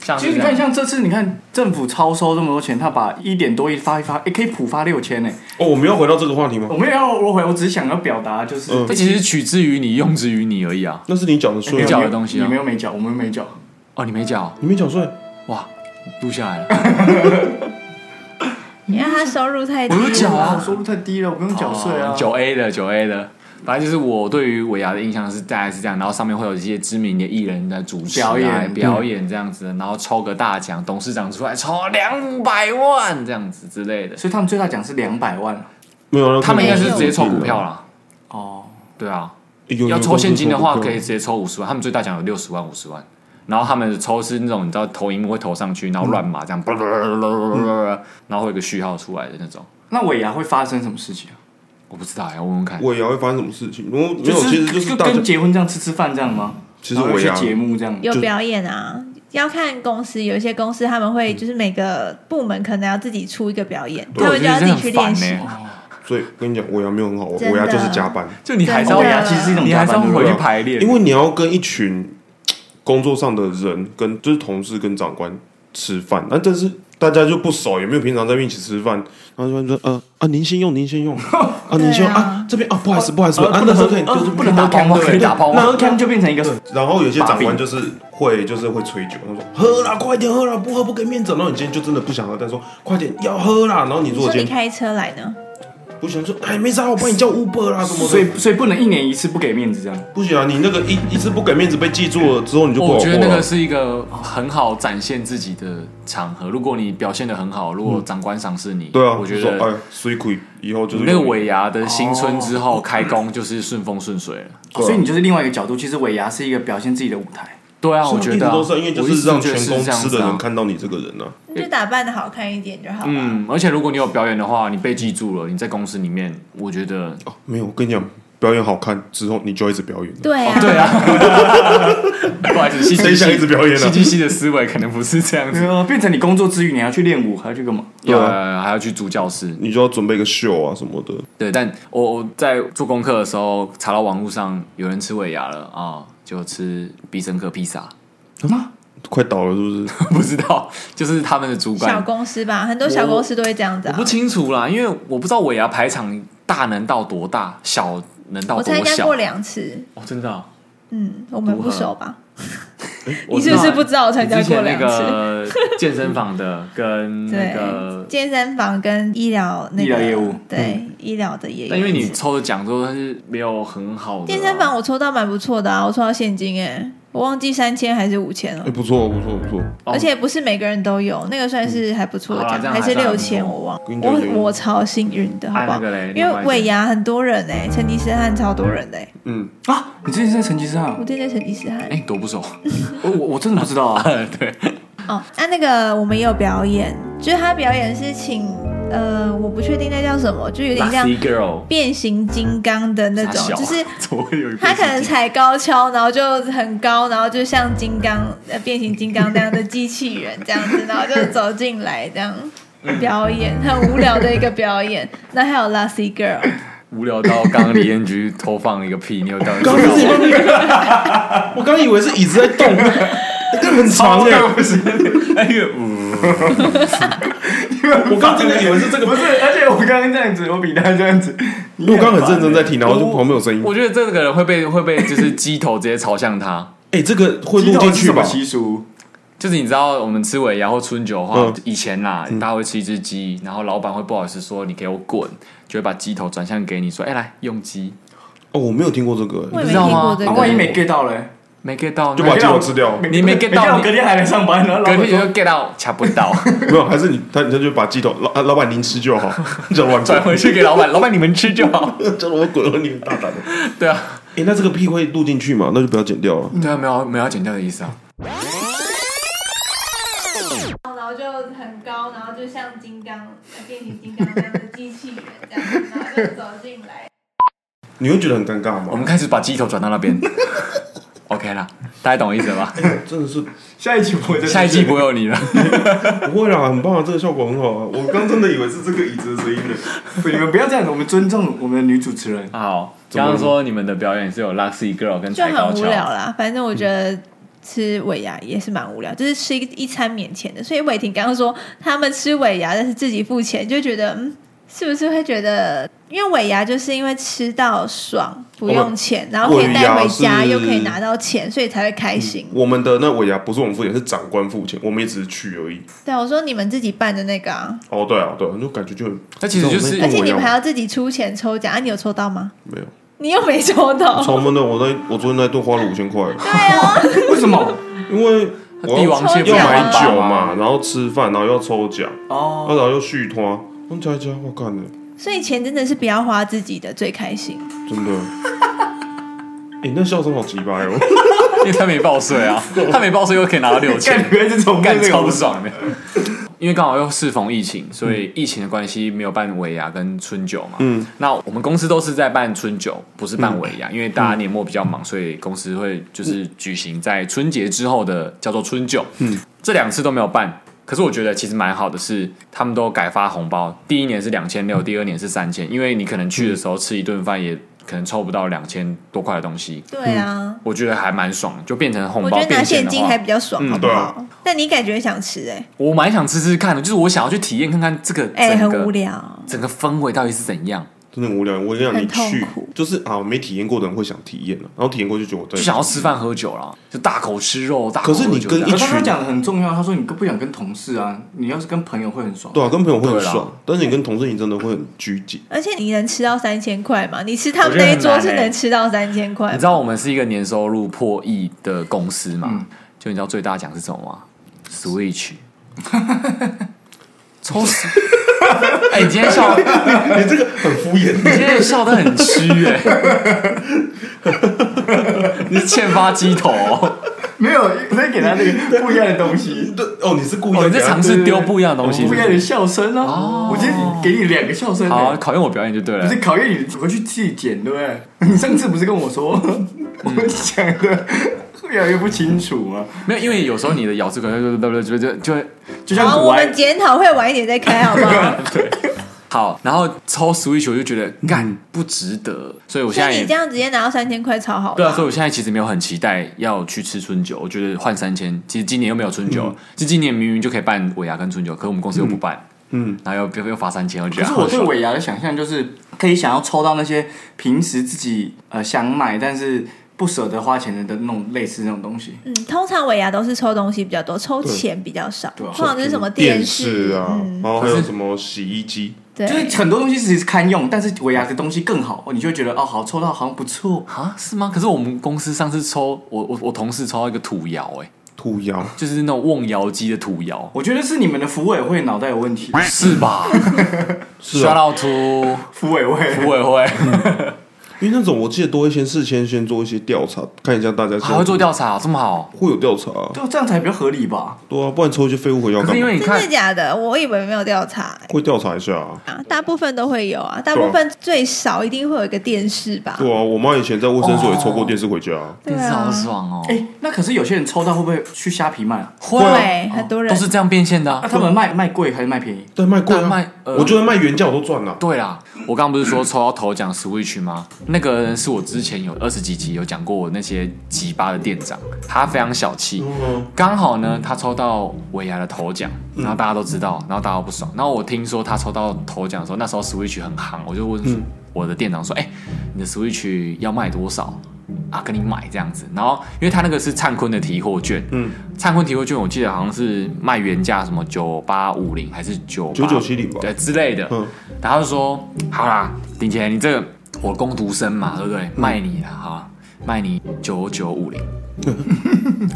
Speaker 1: 像
Speaker 4: 其实
Speaker 1: 是
Speaker 4: 你
Speaker 1: 这
Speaker 4: 看，
Speaker 1: 样。
Speaker 4: 像这次你看政府超收这么多钱，他把一点多亿发一发，哎，可以普发六千呢。
Speaker 2: 哦，我们要回到这个话题吗
Speaker 4: 我？没有要我回，我只是想要表达就是
Speaker 2: 嗯
Speaker 1: 这其实取之于你，用之于你而已啊。
Speaker 2: 那是你缴的税
Speaker 1: 你
Speaker 2: 啊，
Speaker 1: 缴的东西啊
Speaker 4: 你们又没缴，我们又没缴。
Speaker 1: 哦，你没缴，
Speaker 2: 你没缴税，
Speaker 1: 哇，录下 来了。
Speaker 3: 因为他收入太低
Speaker 1: 我有
Speaker 3: 了，
Speaker 1: 缴啊
Speaker 4: 我收入太低了，我不用缴税啊。
Speaker 1: 哦九 A 的，九 A 的。反正就是我对于尾牙的印象是大概是这样，然后上面会有一些知名的艺人在主持、啊、
Speaker 4: 表演嗯
Speaker 1: 表演这样子，然后抽个大奖，董事长出来抽两百万这样子之类的。
Speaker 4: 所以他们最大奖是两百万
Speaker 2: 没有啊？那
Speaker 1: 他们应该是
Speaker 3: 没有
Speaker 1: 直接抽股票啦，
Speaker 4: 哦，
Speaker 1: 对啊，
Speaker 2: 有有
Speaker 1: 要
Speaker 2: 哎有
Speaker 1: 抽现金的话，
Speaker 2: 公司
Speaker 1: 可以
Speaker 2: 抽
Speaker 1: 直接抽五十万，他们最大奖有六十万、五十万。然后他们抽是那种你知道投影幕会投上去，然后乱码这样，叭叭叭叭叭叭叭叭然后会有个序号出来的那种。
Speaker 4: 那尾牙会发生什么事情啊？
Speaker 1: 我不知道，要问问看。
Speaker 2: 尾牙会发生什么事情？我没有，
Speaker 4: 是
Speaker 2: 其实就是大家
Speaker 4: 跟结婚这样吃吃饭这样吗？
Speaker 2: 其实
Speaker 4: 然后
Speaker 2: 尾牙
Speaker 4: 去节目这样，
Speaker 3: 有
Speaker 2: 就
Speaker 3: 表演啊，要看公司，有一些公司他们会就是每个部门可能要自己出一个表演，
Speaker 1: 对
Speaker 3: 他
Speaker 1: 我
Speaker 3: 们
Speaker 1: 觉
Speaker 3: 就
Speaker 1: 得这
Speaker 3: 要自己
Speaker 1: 很
Speaker 3: 去
Speaker 1: 烦欸
Speaker 3: 练
Speaker 1: 呢、
Speaker 3: 习。
Speaker 2: 所以跟你讲，尾牙没有很好玩，
Speaker 3: 真的
Speaker 2: 尾牙就是加班，
Speaker 1: 就你还是要
Speaker 3: 真
Speaker 4: 尾
Speaker 3: 的啊
Speaker 4: 牙其实是一种
Speaker 1: 你
Speaker 4: 加
Speaker 1: 还是要
Speaker 4: 班，
Speaker 1: 回
Speaker 4: 对
Speaker 1: 去
Speaker 4: 不对
Speaker 1: 排练，
Speaker 2: 啊因为你要跟一群工作上的人，跟就是同事跟长官吃饭，那但是大家就不熟，也没有平常在一起吃饭，然后就说呃啊，您先用，您先用，啊您先用
Speaker 3: 对啊
Speaker 2: 啊，这边啊不好意思不好意思，啊
Speaker 4: 呃
Speaker 2: 那
Speaker 4: 不能
Speaker 2: 时候
Speaker 4: 喝
Speaker 2: 可以就是
Speaker 4: 不能打
Speaker 1: 包
Speaker 4: 炮
Speaker 1: 吗
Speaker 4: 吗？
Speaker 1: 可以打炮吗
Speaker 4: 那喝 cam 就变成一个
Speaker 2: 然后有些长官就是会就是会催酒，他说喝啦，快点喝啦，不喝不给面子。然后你今天就真的不想喝，但说快点要喝啦。然后你如
Speaker 3: 你
Speaker 2: 果
Speaker 3: 说
Speaker 2: 今
Speaker 3: 你
Speaker 2: 天
Speaker 3: 开车来呢？
Speaker 2: 不想说，哎，没啥，我帮你叫 Uber 啦什么
Speaker 4: 所
Speaker 2: 的
Speaker 4: 以，所以不能一年一次不给面子这样。
Speaker 2: 不行啊，你那个一一次不给面子被记住了之后，你就不好
Speaker 1: 我
Speaker 2: 过
Speaker 1: 觉得那
Speaker 2: 了
Speaker 1: 个。是一个很好展现自己的场合。如果你表现的很好，如果长官赏识你，
Speaker 2: 对啊，
Speaker 1: 我觉
Speaker 2: 就说
Speaker 1: 得
Speaker 2: 哎，水鬼以后就是
Speaker 1: 那个尾牙的新春之后开工就是顺风顺水了。
Speaker 2: 对啊
Speaker 4: 所以你就是另外一个角度，其实尾牙是一个表现自己的舞台。
Speaker 1: 对啊，我
Speaker 2: 我
Speaker 1: 觉
Speaker 2: 一直
Speaker 1: 得啊
Speaker 2: 都是因为就
Speaker 1: 我一直
Speaker 2: 是让
Speaker 1: 觉
Speaker 2: 全
Speaker 1: 得是
Speaker 2: 公
Speaker 1: 这样
Speaker 2: 司的
Speaker 1: 子啊
Speaker 2: 人看到你这个人啊。
Speaker 3: 你就打扮的好看一点就好了。
Speaker 1: 嗯，而且如果你有表演的话，你被记住了，你在公司里面，我觉 得
Speaker 2: 哦没有，我跟你讲，表演好看之后，你就要一直表演。
Speaker 3: 对啊，
Speaker 1: 对啊， 不好意思，戏
Speaker 2: 谁
Speaker 1: 剧
Speaker 2: 想一
Speaker 1: 系
Speaker 2: 直表演
Speaker 1: 戏
Speaker 2: 啊？
Speaker 1: 剧系的思维可能不是这样 子
Speaker 4: 对，啊，变成你工作之余你还要去练舞，还要去干嘛？
Speaker 2: 对
Speaker 1: 要
Speaker 2: 啊
Speaker 1: 还要去主教室。
Speaker 2: 你就要准备个秀啊什么的。
Speaker 1: 对，但我我在做功课的时候查到网络上有人吃尾牙了啊、就吃必胜客披萨，
Speaker 2: 快倒了是不是？
Speaker 1: 不知道就是他们的主
Speaker 3: 小
Speaker 1: 管，
Speaker 3: 公司吧，很多小公司都会这样子
Speaker 1: 我
Speaker 3: 啊
Speaker 1: 不。清楚啦，因为我不知道尾牙排场大能到多大，小能到
Speaker 3: 我参
Speaker 1: 多
Speaker 3: 加
Speaker 1: 小。
Speaker 3: 过两次，
Speaker 1: 哦，真的啊、
Speaker 3: 嗯，我们不熟吧？
Speaker 1: 我
Speaker 3: 你是不是不知道我参
Speaker 1: 你
Speaker 3: 加
Speaker 1: 之
Speaker 3: 过
Speaker 1: 前那
Speaker 3: 两次？
Speaker 1: 个健身房 的跟那
Speaker 3: 对
Speaker 1: 个，，
Speaker 3: 健身房跟医疗那个
Speaker 4: 医疗业务
Speaker 3: 对医疗的也有一次。
Speaker 1: 嗯但因为你抽的奖都是没有很好的啊
Speaker 3: 健身房我抽到蛮不错的啊，我抽到现金哎、我忘记三千还是五千了
Speaker 2: 哎，，不错不错不错。
Speaker 1: 哦嗯
Speaker 3: 而且不是每个人都有，那个算是还不错的
Speaker 1: 好啦啊
Speaker 3: 奖，
Speaker 1: 这样
Speaker 3: 还是
Speaker 1: 还算
Speaker 3: 六
Speaker 1: 不
Speaker 3: 千
Speaker 1: 错
Speaker 3: 我忘，
Speaker 2: 跟你讲
Speaker 3: 我我超幸运的，好不
Speaker 1: 啊那
Speaker 3: 好
Speaker 1: 个嘞？
Speaker 3: 因
Speaker 1: 另外
Speaker 3: 为
Speaker 1: 一个
Speaker 3: 尾牙很多人哎、成吉思汗超多人的哎、
Speaker 2: 嗯，
Speaker 4: 啊，你之前是在成吉思 汗
Speaker 3: 我
Speaker 4: 哦？
Speaker 3: 对那成吉思汗
Speaker 1: 哎、多不 熟，
Speaker 4: 我我我真的不知道啊。
Speaker 1: 对，
Speaker 3: 哦，那、那个我们也有表演，就是他表演是请呃，我不确定那叫什么，就有点像
Speaker 1: Lassie Girl
Speaker 3: 变形金刚的那
Speaker 1: 傻
Speaker 3: 种，
Speaker 1: 小啊
Speaker 3: 就是
Speaker 1: 怎么会有一
Speaker 3: 他可能踩高跷，然后就很高，然后就像金刚呃变形金刚那样的机器人这样子，然后就走进来这样
Speaker 1: 嗯
Speaker 3: 表演，很无聊的一个表演。 那还有 Lassie Girl，
Speaker 1: 无聊到刚刚李彦菊偷放一个屁，你有到底
Speaker 2: 刚刚是放屁，我刚以为是椅子在动，那个很长哎、
Speaker 4: 啊 不是，
Speaker 1: 哎呦，嗯
Speaker 2: 我刚真的以为是这个
Speaker 4: 不是，而且我刚刚这样子，我比他这样子，
Speaker 2: 因为我刚刚很认真在听，然后就旁边有声音。
Speaker 1: 我觉得这个人会被会被就是鸡头直接朝向他，
Speaker 2: 哎、这个会录进去吧？
Speaker 4: 习俗？
Speaker 1: 就是你知道我们吃尾牙或春酒的话，
Speaker 2: 嗯
Speaker 1: 以前啦，大家会吃一只鸡，然后老板会不好意思说你给我滚，就会把鸡头转向给你说，哎、来用鸡，
Speaker 2: 哦，我没有听过这个、
Speaker 3: 我也
Speaker 1: 你知
Speaker 3: 没听
Speaker 1: 道
Speaker 3: 过
Speaker 1: 吗哦
Speaker 3: 这
Speaker 4: 啊
Speaker 3: 个，
Speaker 4: 万一没 get 到嘞，
Speaker 1: 没 get 到，
Speaker 2: 就
Speaker 1: 那
Speaker 2: 把鸡头吃掉，
Speaker 1: 你没 get 到
Speaker 4: 没
Speaker 1: 你
Speaker 4: 我隔天还来上班呢。
Speaker 1: 隔天
Speaker 4: 就
Speaker 1: 就 get 到卡不到，
Speaker 2: 没有，还是你他他就把鸡头老老板您吃就 好，叫老板
Speaker 1: 转回去给老板，老板你们吃就好。
Speaker 2: 滚， 叫老板滚，你们大胆的。
Speaker 1: 对啊，
Speaker 2: 哎、那这个屁会录进去嘛？那就不要剪掉了。
Speaker 1: 对啊，没有没有要剪掉的意思啊。
Speaker 3: 然后就很高，然后就像金刚、呃变形金刚那样的机器人这样子，然后就走进来。
Speaker 2: 你会觉得很尴尬
Speaker 1: 我
Speaker 2: 吗？
Speaker 1: 们开始把鸡头转到那 边，OK 啦，大家懂我意思了吧？
Speaker 2: 真的是
Speaker 4: 下一期我 再
Speaker 1: 下一季不会有你了，
Speaker 2: 不会啦，很棒啊，这个效果很好啊。我刚真的以为是这个椅子的声音呢。
Speaker 4: 不你们不要这样，我们尊重我们的女主持人。
Speaker 1: 好。刚刚说你们的表演是有 Luxy Girl 跟
Speaker 3: 就
Speaker 1: 踩高
Speaker 3: 很无
Speaker 1: 跷，
Speaker 3: 聊啦。反正我觉得吃尾牙也是蛮无聊，就是吃一一餐免钱的。所以伟霆刚刚说他们吃尾牙，但是自己付钱，就觉得嗯，是不是会觉得，因为尾牙就是因为吃到爽不用钱，然后可以带回家
Speaker 2: 尾牙是
Speaker 3: 又可以拿到钱，所以才会开心。
Speaker 2: 我们的那尾牙不是我们付钱，是长官付钱，我们也只是去而已。
Speaker 3: 对啊，我说你们自己办的那个啊，
Speaker 2: 哦，对啊，对啊，就感觉就很
Speaker 1: 那其实就是
Speaker 3: 而且你们还
Speaker 2: 还
Speaker 3: 要自己出钱抽奖啊，你有抽到吗？
Speaker 2: 没有
Speaker 3: 你又没抽到，啊
Speaker 2: 超闷的。我那我昨天那一顿花了五千块，
Speaker 4: 为什么？
Speaker 2: 因为我
Speaker 1: 帝
Speaker 2: 要
Speaker 1: 王蟹
Speaker 3: 蟹
Speaker 1: 不
Speaker 2: 要
Speaker 3: 抽奖
Speaker 2: 买
Speaker 3: 啊
Speaker 2: 酒嘛，然后吃饭，然后要抽奖， 啊
Speaker 4: 哦，
Speaker 2: 然后又续团，我加一加，我干的，
Speaker 3: 所以钱真的是不要花自己的最开心。
Speaker 2: 真的。 哎、那笑声好奇葩哦！
Speaker 1: 因为他没报税 啊，他没报税又可以拿到六千
Speaker 4: 干，你们这 种
Speaker 1: 干超不
Speaker 4: 不
Speaker 1: 爽的。因为刚好又适逢疫情，所以疫情的关系没有办尾牙跟春酒嘛。嗯，那我们公司都是在办春酒，不是办尾牙，因为大家年末比较忙，所以公司会就是举行在春节之后的叫做春酒。嗯，这两次都没有办。可是我觉得其实蛮好的是，他们都改发红包，第一年是两千六，第二年是三千，因为你可能去的时候吃一顿饭也可能抽不到两千多块的东西，
Speaker 3: 对啊，
Speaker 1: 我觉得还蛮爽，就变成红
Speaker 3: 我
Speaker 1: 包
Speaker 3: 觉得拿
Speaker 1: 变现
Speaker 3: 现
Speaker 1: 的
Speaker 3: 金
Speaker 1: 话
Speaker 3: 还比较爽，
Speaker 1: 嗯
Speaker 3: 好不
Speaker 2: 对
Speaker 3: 好
Speaker 2: 啊？
Speaker 3: 但你感觉想吃哎、
Speaker 1: 我蛮想吃吃看的，就是我想要去体验看看这个
Speaker 3: 哎、
Speaker 1: 整
Speaker 3: 很
Speaker 1: 个、
Speaker 3: 无聊。
Speaker 1: 整个氛围到底是怎样，
Speaker 2: 真的很无聊。我跟你讲，
Speaker 3: 很
Speaker 2: 你去
Speaker 3: 痛苦
Speaker 2: 就是啊，没体验过的人会想体验了，然后体验过就觉得我对
Speaker 1: 就。想要吃饭喝酒啦，就大口吃肉，大口
Speaker 2: 可是你
Speaker 1: 喝酒这样
Speaker 2: 跟
Speaker 4: 可
Speaker 2: 一
Speaker 4: 是
Speaker 2: 群
Speaker 4: 他讲的很重要，他说你不想跟同事啊，你要是跟朋友会很爽。
Speaker 2: 对啊，跟朋友会很
Speaker 1: 对啦
Speaker 2: 爽，但是你跟同事你真的会很拘谨。
Speaker 3: 而且你能吃到三千块吗？你吃他
Speaker 1: 我
Speaker 3: 们
Speaker 1: 觉得
Speaker 3: 那
Speaker 1: 很
Speaker 3: 一桌是
Speaker 1: 难欸
Speaker 3: 能吃到三千块
Speaker 1: 你
Speaker 3: 吗
Speaker 1: 知？道我们是一个年收入破亿的公司嘛？
Speaker 4: 嗯
Speaker 1: 就你知道最大奖是什么吗？Switch，抽死！ 哎、你今天笑，你
Speaker 2: 你 这个很敷衍，
Speaker 1: 今天笑得很虚哎、你是欠发鸡头、哦，
Speaker 4: 没有，我在给他那个不一样的 东西，
Speaker 2: 对哦，你是故意
Speaker 1: 哦
Speaker 2: 要
Speaker 1: 你在
Speaker 2: 给他
Speaker 1: 尝试丢不一样的东西是
Speaker 4: 不
Speaker 1: 不
Speaker 4: 一样的
Speaker 1: 是。
Speaker 4: 笑声
Speaker 1: 哦
Speaker 4: 啊！我今天给你两个笑声欸，
Speaker 1: 好，考验我表演就对了
Speaker 4: 不。是考验你回去自己剪，对不对？你上次不是跟我说，
Speaker 1: 嗯
Speaker 4: 我讲的越来越不清楚啊吗？
Speaker 1: 没有，因为有时候你的咬字可能就就就就就会
Speaker 4: 就像
Speaker 3: 好，
Speaker 4: 古
Speaker 3: 我
Speaker 4: 埃
Speaker 3: 们检讨会晚一点再开，好不好？
Speaker 1: 好，然后抽 Switch 我就觉得干不值得，所 以我现在
Speaker 3: 所以你
Speaker 1: 也
Speaker 3: 这样直接拿到三千块，超好
Speaker 1: 对
Speaker 3: 的
Speaker 1: 啊，
Speaker 3: 啊。
Speaker 1: 所以我现在其实没有很期待要去吃春酒，我觉得换三千，其实今年又没有春酒，就今年明明就可以办尾牙跟春酒，可是我们公司又不办，
Speaker 2: 嗯，
Speaker 1: 然后又又又罚三千，我觉得
Speaker 4: 可是我对
Speaker 1: 好爽
Speaker 4: 尾牙的想象就是可以想要抽到那些平时自己呃想买但是不舍得花钱的那种类似那种东西。
Speaker 3: 嗯，通常尾牙都是抽东西比较多，抽钱比较少。
Speaker 4: 对啊
Speaker 3: 通常就是什么
Speaker 2: 嗯电
Speaker 3: 视
Speaker 2: 啊，
Speaker 3: 嗯，
Speaker 2: 然后还
Speaker 1: 可
Speaker 2: 有
Speaker 1: 是
Speaker 2: 什么洗衣机，
Speaker 3: 对
Speaker 4: 就。是很多东西其实是堪用，但是尾牙的东西更好，你就会觉得哦，好抽到好像不错。
Speaker 1: 啊是吗？可是我们公司上次抽我我我同事抽到一个土窑、哎，
Speaker 2: 兔腰，
Speaker 1: 就是那种瓮窑鸡的土窑，
Speaker 4: 我觉得是你们的服委会脑袋有问题，
Speaker 1: 是吧？
Speaker 2: 是啊
Speaker 1: Shout out to
Speaker 4: 服委
Speaker 1: 服
Speaker 4: 会
Speaker 1: 委会，
Speaker 2: 因为那种我记得都会先事先先做一些调查，看一下大家
Speaker 1: 还会做调查、这么好？
Speaker 2: 会有调查啊，
Speaker 4: 对这样才比较合理吧？
Speaker 2: 对啊，不然抽一些废物回要
Speaker 1: 可是
Speaker 2: 干
Speaker 1: 因
Speaker 2: 嘛？
Speaker 1: 为你
Speaker 3: 真
Speaker 1: 看
Speaker 3: 的假的？我以为没有调查、欸
Speaker 2: 会调查一下啊。
Speaker 3: 啊，大部分都会有啊，大部分最少一定会有一个电视吧？
Speaker 2: 对啊，我妈以前在卫生所也抽
Speaker 1: 哦
Speaker 2: 过电视回家啊，
Speaker 3: 对
Speaker 1: 电视好
Speaker 3: 啊，
Speaker 1: 爽哦、
Speaker 4: 哎、那可是有些人抽到会不会去虾皮卖啊？
Speaker 1: 会啊
Speaker 3: 对很多人
Speaker 1: 都是这样变现的
Speaker 4: 那、
Speaker 1: 啊、
Speaker 4: 他们卖卖贵还是卖便宜？
Speaker 2: 但卖贵啊，
Speaker 1: 但卖呃
Speaker 2: 我觉得卖原价我都赚了。
Speaker 1: 对啦，我刚刚不是说抽到头奖 Switch 吗？那个人是我之前有二十几集有讲过我那些鸡巴的店长，他非常小气。
Speaker 2: 嗯，
Speaker 1: 刚好呢，他抽到尾牙的头奖，然后大家都知道，然后大家都不爽。然后我听说他抽到头奖的时
Speaker 2: 嗯
Speaker 1: 候，那时候 Switch 很夯，我就问我的店长说：“哎、你的 Switch 要卖多少？”啊跟你买这样子。然后因为他那个是灿坤的提货券，
Speaker 2: 嗯，
Speaker 1: 灿坤提货券我记得好像是卖原价什么九八五零还是九
Speaker 2: 9970吧
Speaker 1: 对之类的。
Speaker 2: 嗯
Speaker 1: 然后他就说好啦，林杰，你这个我工读生嘛，对不对？卖你啦，好啦，卖你九九五零。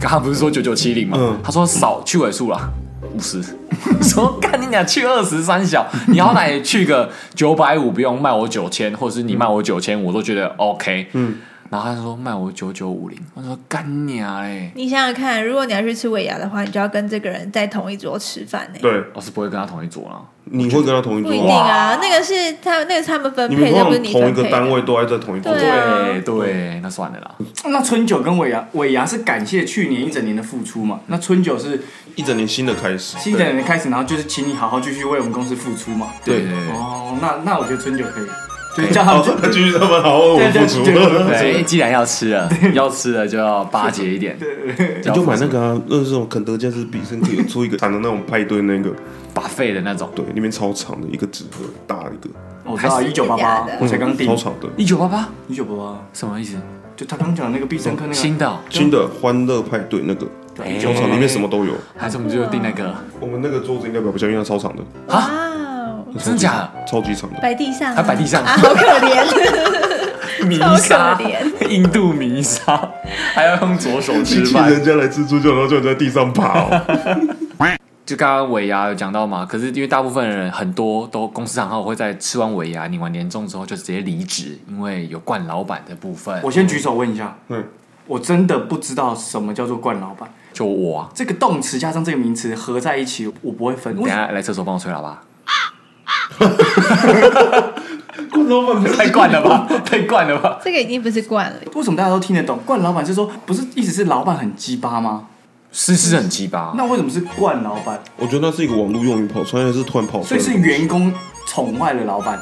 Speaker 1: 刚刚不是说九九七零嘛？
Speaker 2: 嗯
Speaker 1: 他说少去尾数啦，五十。 说干你俩去二十三小，你好歹也去个九百五，不用卖我九千，或者是你卖我九千，我都觉得 OK。嗯，然后他说卖我九九五零，我说干你啊嘞，
Speaker 3: 你想想看，如果你要去吃尾牙的话，你就要跟这个人在同一桌吃饭呢、
Speaker 2: 对，
Speaker 1: 我是不会跟他同一桌了。
Speaker 2: 你会跟他同一
Speaker 3: 不一
Speaker 2: 桌
Speaker 3: 定
Speaker 2: 吗，
Speaker 3: 啊，那个是他，那个是他们分
Speaker 2: 你们
Speaker 3: 配，
Speaker 2: 通
Speaker 3: 那
Speaker 2: 常
Speaker 3: 不是你
Speaker 2: 同一
Speaker 3: 分
Speaker 2: 个
Speaker 3: 配
Speaker 2: 单
Speaker 3: 的。
Speaker 2: 位都在这同一桌，
Speaker 3: 对啊
Speaker 1: 对对，那算了啦。
Speaker 4: 那春酒跟尾牙，尾牙是感谢去年一整年的付出嘛？那春酒是
Speaker 2: 一整年新的开始，
Speaker 4: 新的年开始，然后就是请你好好继续为我们公司付出嘛。
Speaker 1: 对对对
Speaker 4: 哦，那那我觉得春酒可 以，就是叫他们就
Speaker 2: 哦 继续他们好好为我们付出，
Speaker 4: 对对对
Speaker 1: 对，因为既然要吃了，要吃了就要巴结一点，
Speaker 2: 你就买那个啊，那是那种肯德基还是比甚至有出一个长的那种派对 那个，
Speaker 1: 把费的那种。
Speaker 2: 对，里面超长的一个纸盒，大一个，
Speaker 1: 哦
Speaker 4: 我知道一九八
Speaker 3: 假
Speaker 4: 八
Speaker 3: 的，
Speaker 4: 我才刚
Speaker 1: 嗯
Speaker 4: 订
Speaker 2: 超长的，
Speaker 1: 一九八八
Speaker 4: 一九八八，
Speaker 1: 什么意思？
Speaker 4: 就他刚讲的那个必胜客那
Speaker 1: 新
Speaker 4: 个，
Speaker 1: 的哦，
Speaker 2: 新的欢乐派对哎那个，
Speaker 1: 哎
Speaker 2: 超长，里面什么都有。
Speaker 1: 还是我们就订那个？
Speaker 2: 我们那个桌子应该摆不下，因为它超长的，
Speaker 3: 哇哦，
Speaker 1: 真的假的？
Speaker 2: 超级长的。
Speaker 3: 摆地上、啊，
Speaker 1: 还摆地上
Speaker 3: 啊，好可怜。
Speaker 1: 迷
Speaker 3: 超
Speaker 1: 沙
Speaker 3: 可，怜
Speaker 1: 印度迷沙，还要用左手吃
Speaker 2: 你请
Speaker 1: 饭
Speaker 2: 人。家来吃猪脚，然后就在地上爬、 哦，
Speaker 1: 就刚刚尾牙有讲到嘛，可是因为大部分人很多都公司行号会在吃完尾牙、领完年终之后就直接离职，因为有惯老板的部分。
Speaker 4: 我先举手问一下，
Speaker 2: 嗯，
Speaker 4: 我真的不知道什么叫做惯老板，
Speaker 1: 就我、啊，
Speaker 4: 这个动词加上这个名词合在一起，我不会分。
Speaker 1: 等一下来厕所帮我吹喇叭，
Speaker 2: 管老板
Speaker 1: 太惯了吧， 太惯了吧。
Speaker 3: 这个已经不是惯了，
Speaker 4: 为什么大家都听得懂？惯老板是说不是一直是老板很鸡巴吗？
Speaker 1: 是是很鸡巴，
Speaker 4: 那为什么是惯老板？
Speaker 2: 我觉得那是一个网络用语跑出来，还是突然跑出
Speaker 4: 所
Speaker 2: 来
Speaker 4: 以
Speaker 2: 的。
Speaker 4: 是员工宠坏了老板。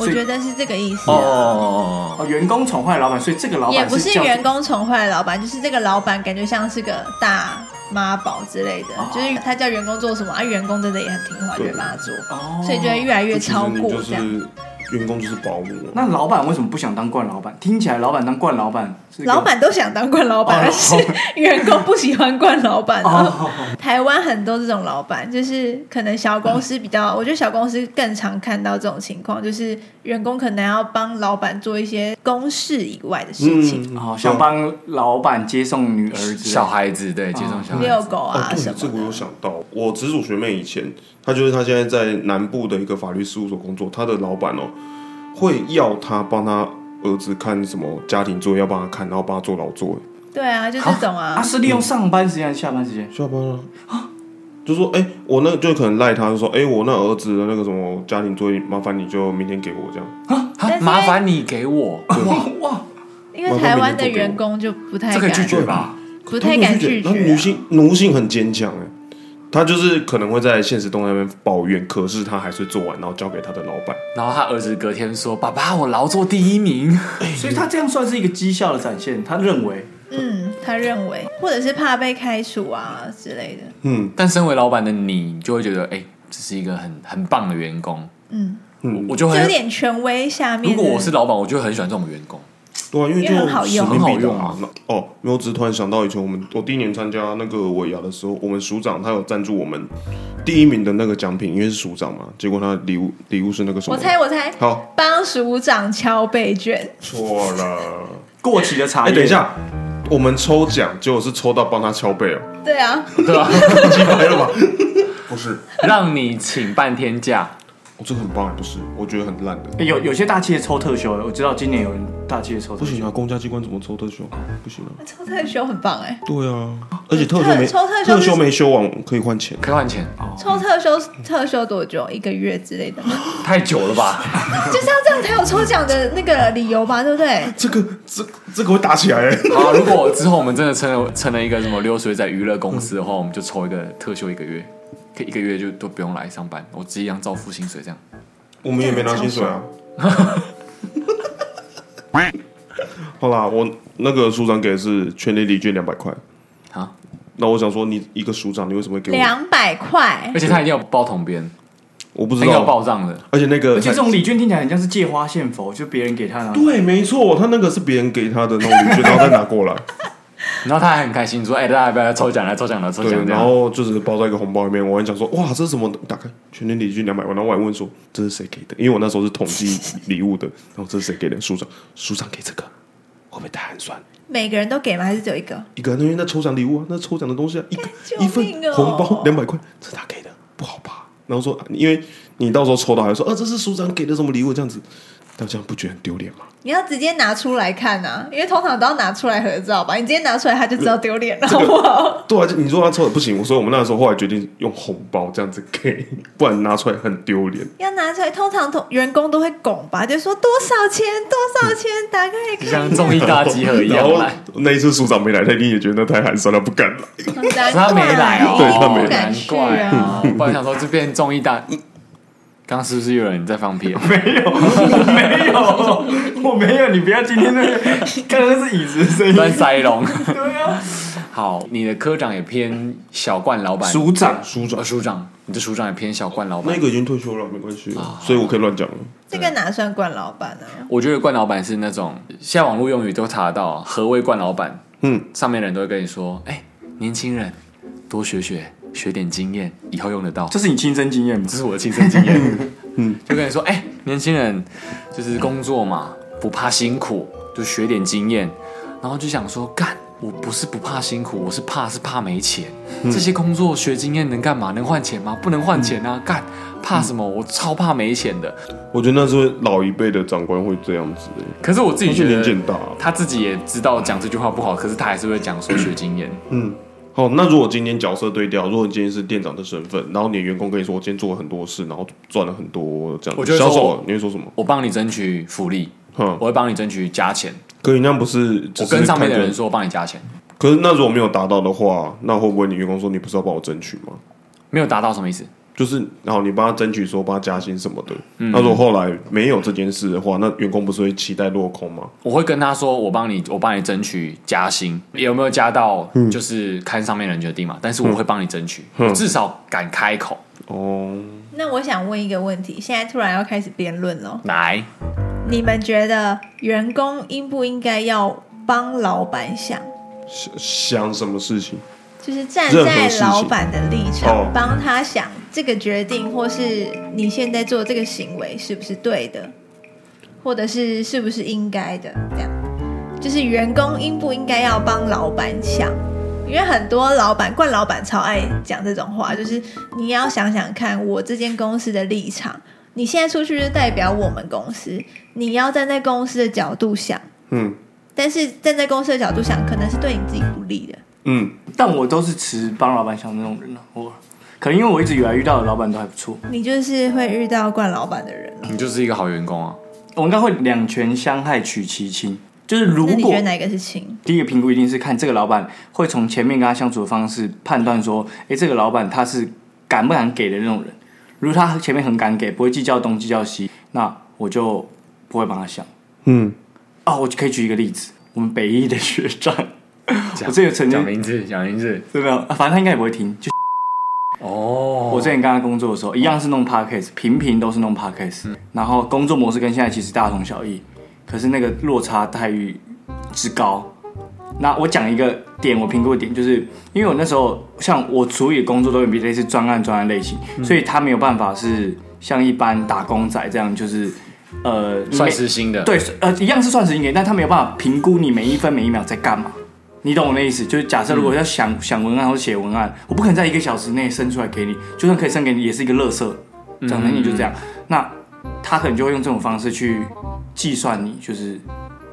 Speaker 3: 我觉得是这个意思
Speaker 1: 哦
Speaker 3: 啊、
Speaker 1: 哦哦哦
Speaker 4: 哦，员工宠坏老板，所以这个老
Speaker 3: 也
Speaker 4: 板
Speaker 3: 不是
Speaker 4: 叫
Speaker 3: 员工宠坏老板，就是这个老板感觉像是个大妈宝之类的，就是他叫员工做什么，啊，员工真的也很听话，就
Speaker 2: 对
Speaker 3: 会帮他做，
Speaker 4: 哦
Speaker 3: 所以就会越来越
Speaker 2: 就其实
Speaker 3: 超
Speaker 2: 你
Speaker 3: 过
Speaker 2: 就
Speaker 3: 这样。
Speaker 2: 是员工就是保姆。
Speaker 4: 那老板为什么不想当惯老板？听起来老板当惯老板是一个
Speaker 3: 老板都想当惯老板，
Speaker 4: 哦
Speaker 3: 但是员工不喜欢惯老板。
Speaker 4: 哦，
Speaker 3: 台湾很多这种老板，就是可能小公司比较，我觉得小公司更常看到这种情况，就是员工可能要帮老板做一些公事以外的事
Speaker 2: 嗯
Speaker 3: 情，
Speaker 4: 哦，想帮老板接送女儿之类的
Speaker 1: 小孩子对，接送小孩
Speaker 3: 遛
Speaker 1: 子，
Speaker 3: 狗
Speaker 2: 哦
Speaker 3: 啊，
Speaker 2: 对
Speaker 3: 什，
Speaker 2: 这个我
Speaker 3: 么
Speaker 2: 有
Speaker 3: 的。
Speaker 2: 想到，我直属学妹以前，她就是她现在在南部的一个法律事务所工作，她的老板哦会要她帮她儿子看什么家庭作业，要帮她看，然后帮她做劳作。
Speaker 3: 对啊，就这种
Speaker 4: 啊，
Speaker 3: 啊，
Speaker 4: 是利用上班时间还是下班时间？
Speaker 2: 下班了、就说哎、我那就可能赖他，就说哎、我那儿子的那个什么家庭作业，麻烦你就明天给我这样。
Speaker 1: 啊麻烦你给 我，
Speaker 4: 哇哇，
Speaker 3: 因为台湾的员工就不太
Speaker 1: 这可以拒
Speaker 3: 敢，
Speaker 1: 绝吧？
Speaker 3: 不太敢拒
Speaker 2: 然后女
Speaker 3: 绝啊
Speaker 2: 性奴性很坚强哎，她就是可能会在现实动态那边抱怨，可是她还是做完，然后交给她的老板。
Speaker 1: 然后他儿子隔天说：“爸爸，我劳作第一名。
Speaker 2: 嗯
Speaker 4: 所以他这样算是一个绩效的展现，他认为
Speaker 3: 啊。嗯，他认为，或者是怕被开除啊之类的。
Speaker 2: 嗯”
Speaker 1: 但身为老板的你，就会觉得，哎、这是一个很很棒的员工。
Speaker 3: 嗯，
Speaker 2: 嗯，
Speaker 1: 我就
Speaker 3: 就有
Speaker 1: 很，
Speaker 3: 点权威下面
Speaker 1: 如
Speaker 3: 的。
Speaker 1: 果我是老板，我就会很喜欢这种员工。
Speaker 2: 对啊，因为
Speaker 3: 因为
Speaker 2: 就
Speaker 3: 很好用
Speaker 2: 使命必
Speaker 1: 很好用
Speaker 2: 达
Speaker 1: 啊
Speaker 2: 那哦，没有，只是突然想到以前我们我第一年参加那个尾牙的时候，我们署长他有赞助我们第一名的那个奖品，因为是署长嘛，结果他的礼物礼物是那个什么？
Speaker 3: 我猜，我猜，
Speaker 2: 好
Speaker 3: 帮署长敲背卷，
Speaker 2: 错了。
Speaker 4: 过期的茶
Speaker 2: 哎、
Speaker 4: 叶。
Speaker 2: 等一，下，我们抽奖结果是抽到帮他敲背哦，
Speaker 3: 对啊，
Speaker 1: 对 吧？
Speaker 2: 鸡掰了吧？ 不是，
Speaker 1: 让你请半天假，
Speaker 2: 我、哦这个很棒，不是，我觉得很烂的。
Speaker 4: 有有些大企业抽特休，我知道今年有人大企业抽特
Speaker 2: 不
Speaker 4: 休
Speaker 2: 行。啊，公家机关怎么抽特休？不行啊。
Speaker 3: 抽特休很棒哎，
Speaker 2: 对啊，而且特休没
Speaker 3: 抽特休是
Speaker 2: 特休没休完可以换钱。
Speaker 1: 可以换钱，
Speaker 3: 抽特休特休多久？一个月 之类的吗？
Speaker 1: 太久了吧？
Speaker 3: 就是要这样才有抽奖的那个理由吧，对不对？
Speaker 2: 这个这这个会打起来、欸。
Speaker 1: 好啊，如果之后我们真的成了成了一个什么流水仔娱乐公司的话，我们就抽一个特休一个月，可以一个月就都不用来上班，我直接一样照付薪水这样。
Speaker 2: 我们也没拿薪水啊。 好啦，我那个署长给的是全年礼券两百块。
Speaker 1: 啊，
Speaker 2: 那我想说，你一个署长，你为什么会给我？
Speaker 3: 两百块
Speaker 1: 而，且他一定要包统编，
Speaker 2: 我不知
Speaker 1: 很有
Speaker 2: 道。
Speaker 1: 报账的。
Speaker 2: 而且那个
Speaker 4: 而且这种礼券听起来很像是借花献佛，就别人 给他的。
Speaker 2: 对，没错，他那个是别人给他的那种礼券，然后再拿 过来，
Speaker 1: 然后他还很开心说：“哎、大家要不要抽奖来抽奖来抽奖
Speaker 2: 对，？”
Speaker 1: 这
Speaker 2: 然
Speaker 1: 样
Speaker 2: 后就只是包在一个红包里面。我还讲说，哇，这是什么？打开全年礼券两百万，然后我还问说这是谁给的？因为我那时候是统计礼物的，然后这是谁给的？署长，署长给这个，会不会太寒酸？
Speaker 3: 每个人都给吗？还是只有一个？
Speaker 2: 一个人因为那抽奖礼物啊，那抽奖的东西啊，一个、
Speaker 3: 救命哦
Speaker 2: 一份红包两百块，这是他给的，不好吧？然后说，啊因为你到时候抽到还说，啊，这是署长给的什么礼物这样子，那这样不觉得很丢脸吗？
Speaker 3: 你要直接拿出来看啊，因为通常都要拿出来合照吧。你直接拿出来，他就知道 丢脸了，好不好？
Speaker 2: 对啊，就你说他抽的不行，所以我们那时候后来决定用红包这样子给，不然拿出来很丢脸。
Speaker 3: 要拿出来，通常同员工都会拱吧，就说多少钱，多少钱，打开来
Speaker 1: 就
Speaker 3: 看。
Speaker 1: 像综艺大集合一
Speaker 2: 然
Speaker 1: 样
Speaker 2: 后
Speaker 1: 来。
Speaker 2: 那一次署长没来，他一定也觉得那太寒酸了，不敢来。
Speaker 3: 难怪
Speaker 1: 他没来哦，
Speaker 2: 对他没来
Speaker 3: 不敢
Speaker 1: 难
Speaker 3: 去
Speaker 1: 怪
Speaker 3: 啊。
Speaker 1: 哦。不然想说这边综艺大，刚刚是不是有人在放 屁？
Speaker 4: 没有，我没有，我没有，你不要今天那 个，刚刚是椅子的声音。
Speaker 1: 乱塞龙。
Speaker 4: 对啊，
Speaker 1: 好，你的科长也偏小冠老板，
Speaker 4: 署长
Speaker 2: 署
Speaker 1: 呃署长，你的署长也偏小冠老板
Speaker 2: 那。个已经退休了，没关系，
Speaker 3: 啊
Speaker 2: 所以我可以乱讲了。
Speaker 3: 这个哪算惯老板啊？
Speaker 1: 我觉得冠老板是那种现在网络用语都查得到何谓冠老板，
Speaker 2: 嗯，
Speaker 1: 上面人都会跟你说，哎，年轻人多学学，学点经验，以后用得到。
Speaker 4: 这是你亲身经验吗
Speaker 1: 这？是我的亲身经验。嗯，就跟你说，哎、年轻人就是工作嘛，不怕辛苦，就学点经验。然后就想说，干，我不是不怕辛苦，我是怕是怕没钱。这些工作学经验能干嘛？能换钱吗？不能换钱啊！干，怕什么？我超怕没钱的。
Speaker 2: 我觉得那是老一辈的长官会这样子、欸，
Speaker 1: 可是我自己
Speaker 2: 他是
Speaker 1: 觉
Speaker 2: 年
Speaker 1: 得
Speaker 2: 纪很大、啊
Speaker 1: 他自己也知道讲这句话不好，可是他还是会讲说学经验。
Speaker 2: 嗯，好，那如果今天角色对调，如果你今天是店长的身份，然后你的员工跟你说，我今天做了很多事，然后赚了很多这样，
Speaker 1: 我就会
Speaker 2: 销
Speaker 1: 说
Speaker 2: 售，你会说什么？
Speaker 1: 我帮你争取福利，
Speaker 2: 哼，
Speaker 1: 我会帮你争取加钱，
Speaker 2: 可你那样不是只
Speaker 1: 嗯我
Speaker 2: 是
Speaker 1: 跟上面的
Speaker 2: 看
Speaker 1: 人
Speaker 2: 着，
Speaker 1: 说我帮你加钱，
Speaker 2: 可是那如果没有达到的话，那会不会你员工说你不是要帮我争取吗？
Speaker 1: 没有达到什么意思？
Speaker 2: 就是，然后你帮他争取说帮他加薪什么的。
Speaker 1: 嗯
Speaker 2: 那如果后来没有这件事的话，那员工不是会期待落空吗？
Speaker 1: 我会跟他说，我帮你，我帮你争取加薪，有没有加到，就是看上面人决定嘛。但是我会帮你争取，
Speaker 2: 嗯
Speaker 1: 至少敢开口
Speaker 2: 哦，
Speaker 3: 那我想问一个问题，现在突然要开始辩论了，
Speaker 1: 来。
Speaker 3: 你们觉得员工应不应该要帮老板想？
Speaker 2: 想想什么事情？
Speaker 3: 就是站
Speaker 2: 任何
Speaker 3: 在
Speaker 2: 事情
Speaker 3: 老板的立
Speaker 2: 哦
Speaker 3: 场，帮他想这个决定，或是你现在做这个行为是不是对的，或者是是不是应该的，这样就是员工应不应该要帮老板想。因为很多老板、惯老板超爱讲这种话，就是你要想想看，我这间公司的立场，你现在出去就代表我们公司，你要站在公司的角度想，
Speaker 2: 嗯
Speaker 3: 但是站在公司的角度想，可能是对你自己不利的。
Speaker 2: 嗯，
Speaker 4: 但我都是持帮老板想的那种人啊，我可能因为我一直以来遇到的老板都还不错，
Speaker 3: 你就是会遇到惯老板的人了。
Speaker 1: 你就是一个好员工啊！
Speaker 4: 我哦应该会两全相害取其轻。就是如
Speaker 3: 那你
Speaker 4: 果
Speaker 3: 觉得哪一个是亲？
Speaker 4: 第一个评估一定是看这个老板会从前面跟他相处的方式判断说，诶，这个老板他是敢不敢给的那种人。如果他前面很敢给，不会计较东计较西，那我就不会帮他想。
Speaker 2: 嗯，
Speaker 4: 啊、我就可以举一个例子，我们北医的学长，我之前曾
Speaker 1: 讲
Speaker 4: 经
Speaker 1: 名字，讲名字
Speaker 4: 对没有，啊反正他应该也不会听。就
Speaker 1: 哦。
Speaker 4: 我之前跟他工作的时候，一样是弄 podcast，频频都是弄 podcast，、然后工作模式跟现在其实大同小异，可是那个落差待遇之高。那我讲一个点，我评估的点就是，因为我那时候像我处理的工作都有比类似专案专案类型，所以他没有办法是像一般打工仔这样，就是呃
Speaker 1: 算
Speaker 4: 每
Speaker 1: 是新的，，
Speaker 4: 对，呃，一样是算时间给，但他没有办法评估你每一分每一秒在干嘛。你懂我的意思？就是假设如果要想、想文案或者写文案，我不可能在一个小时内生出来给你，就算可以生给你，也是一个垃圾。讲能力就这样，那他可能就会用这种方式去计算你就是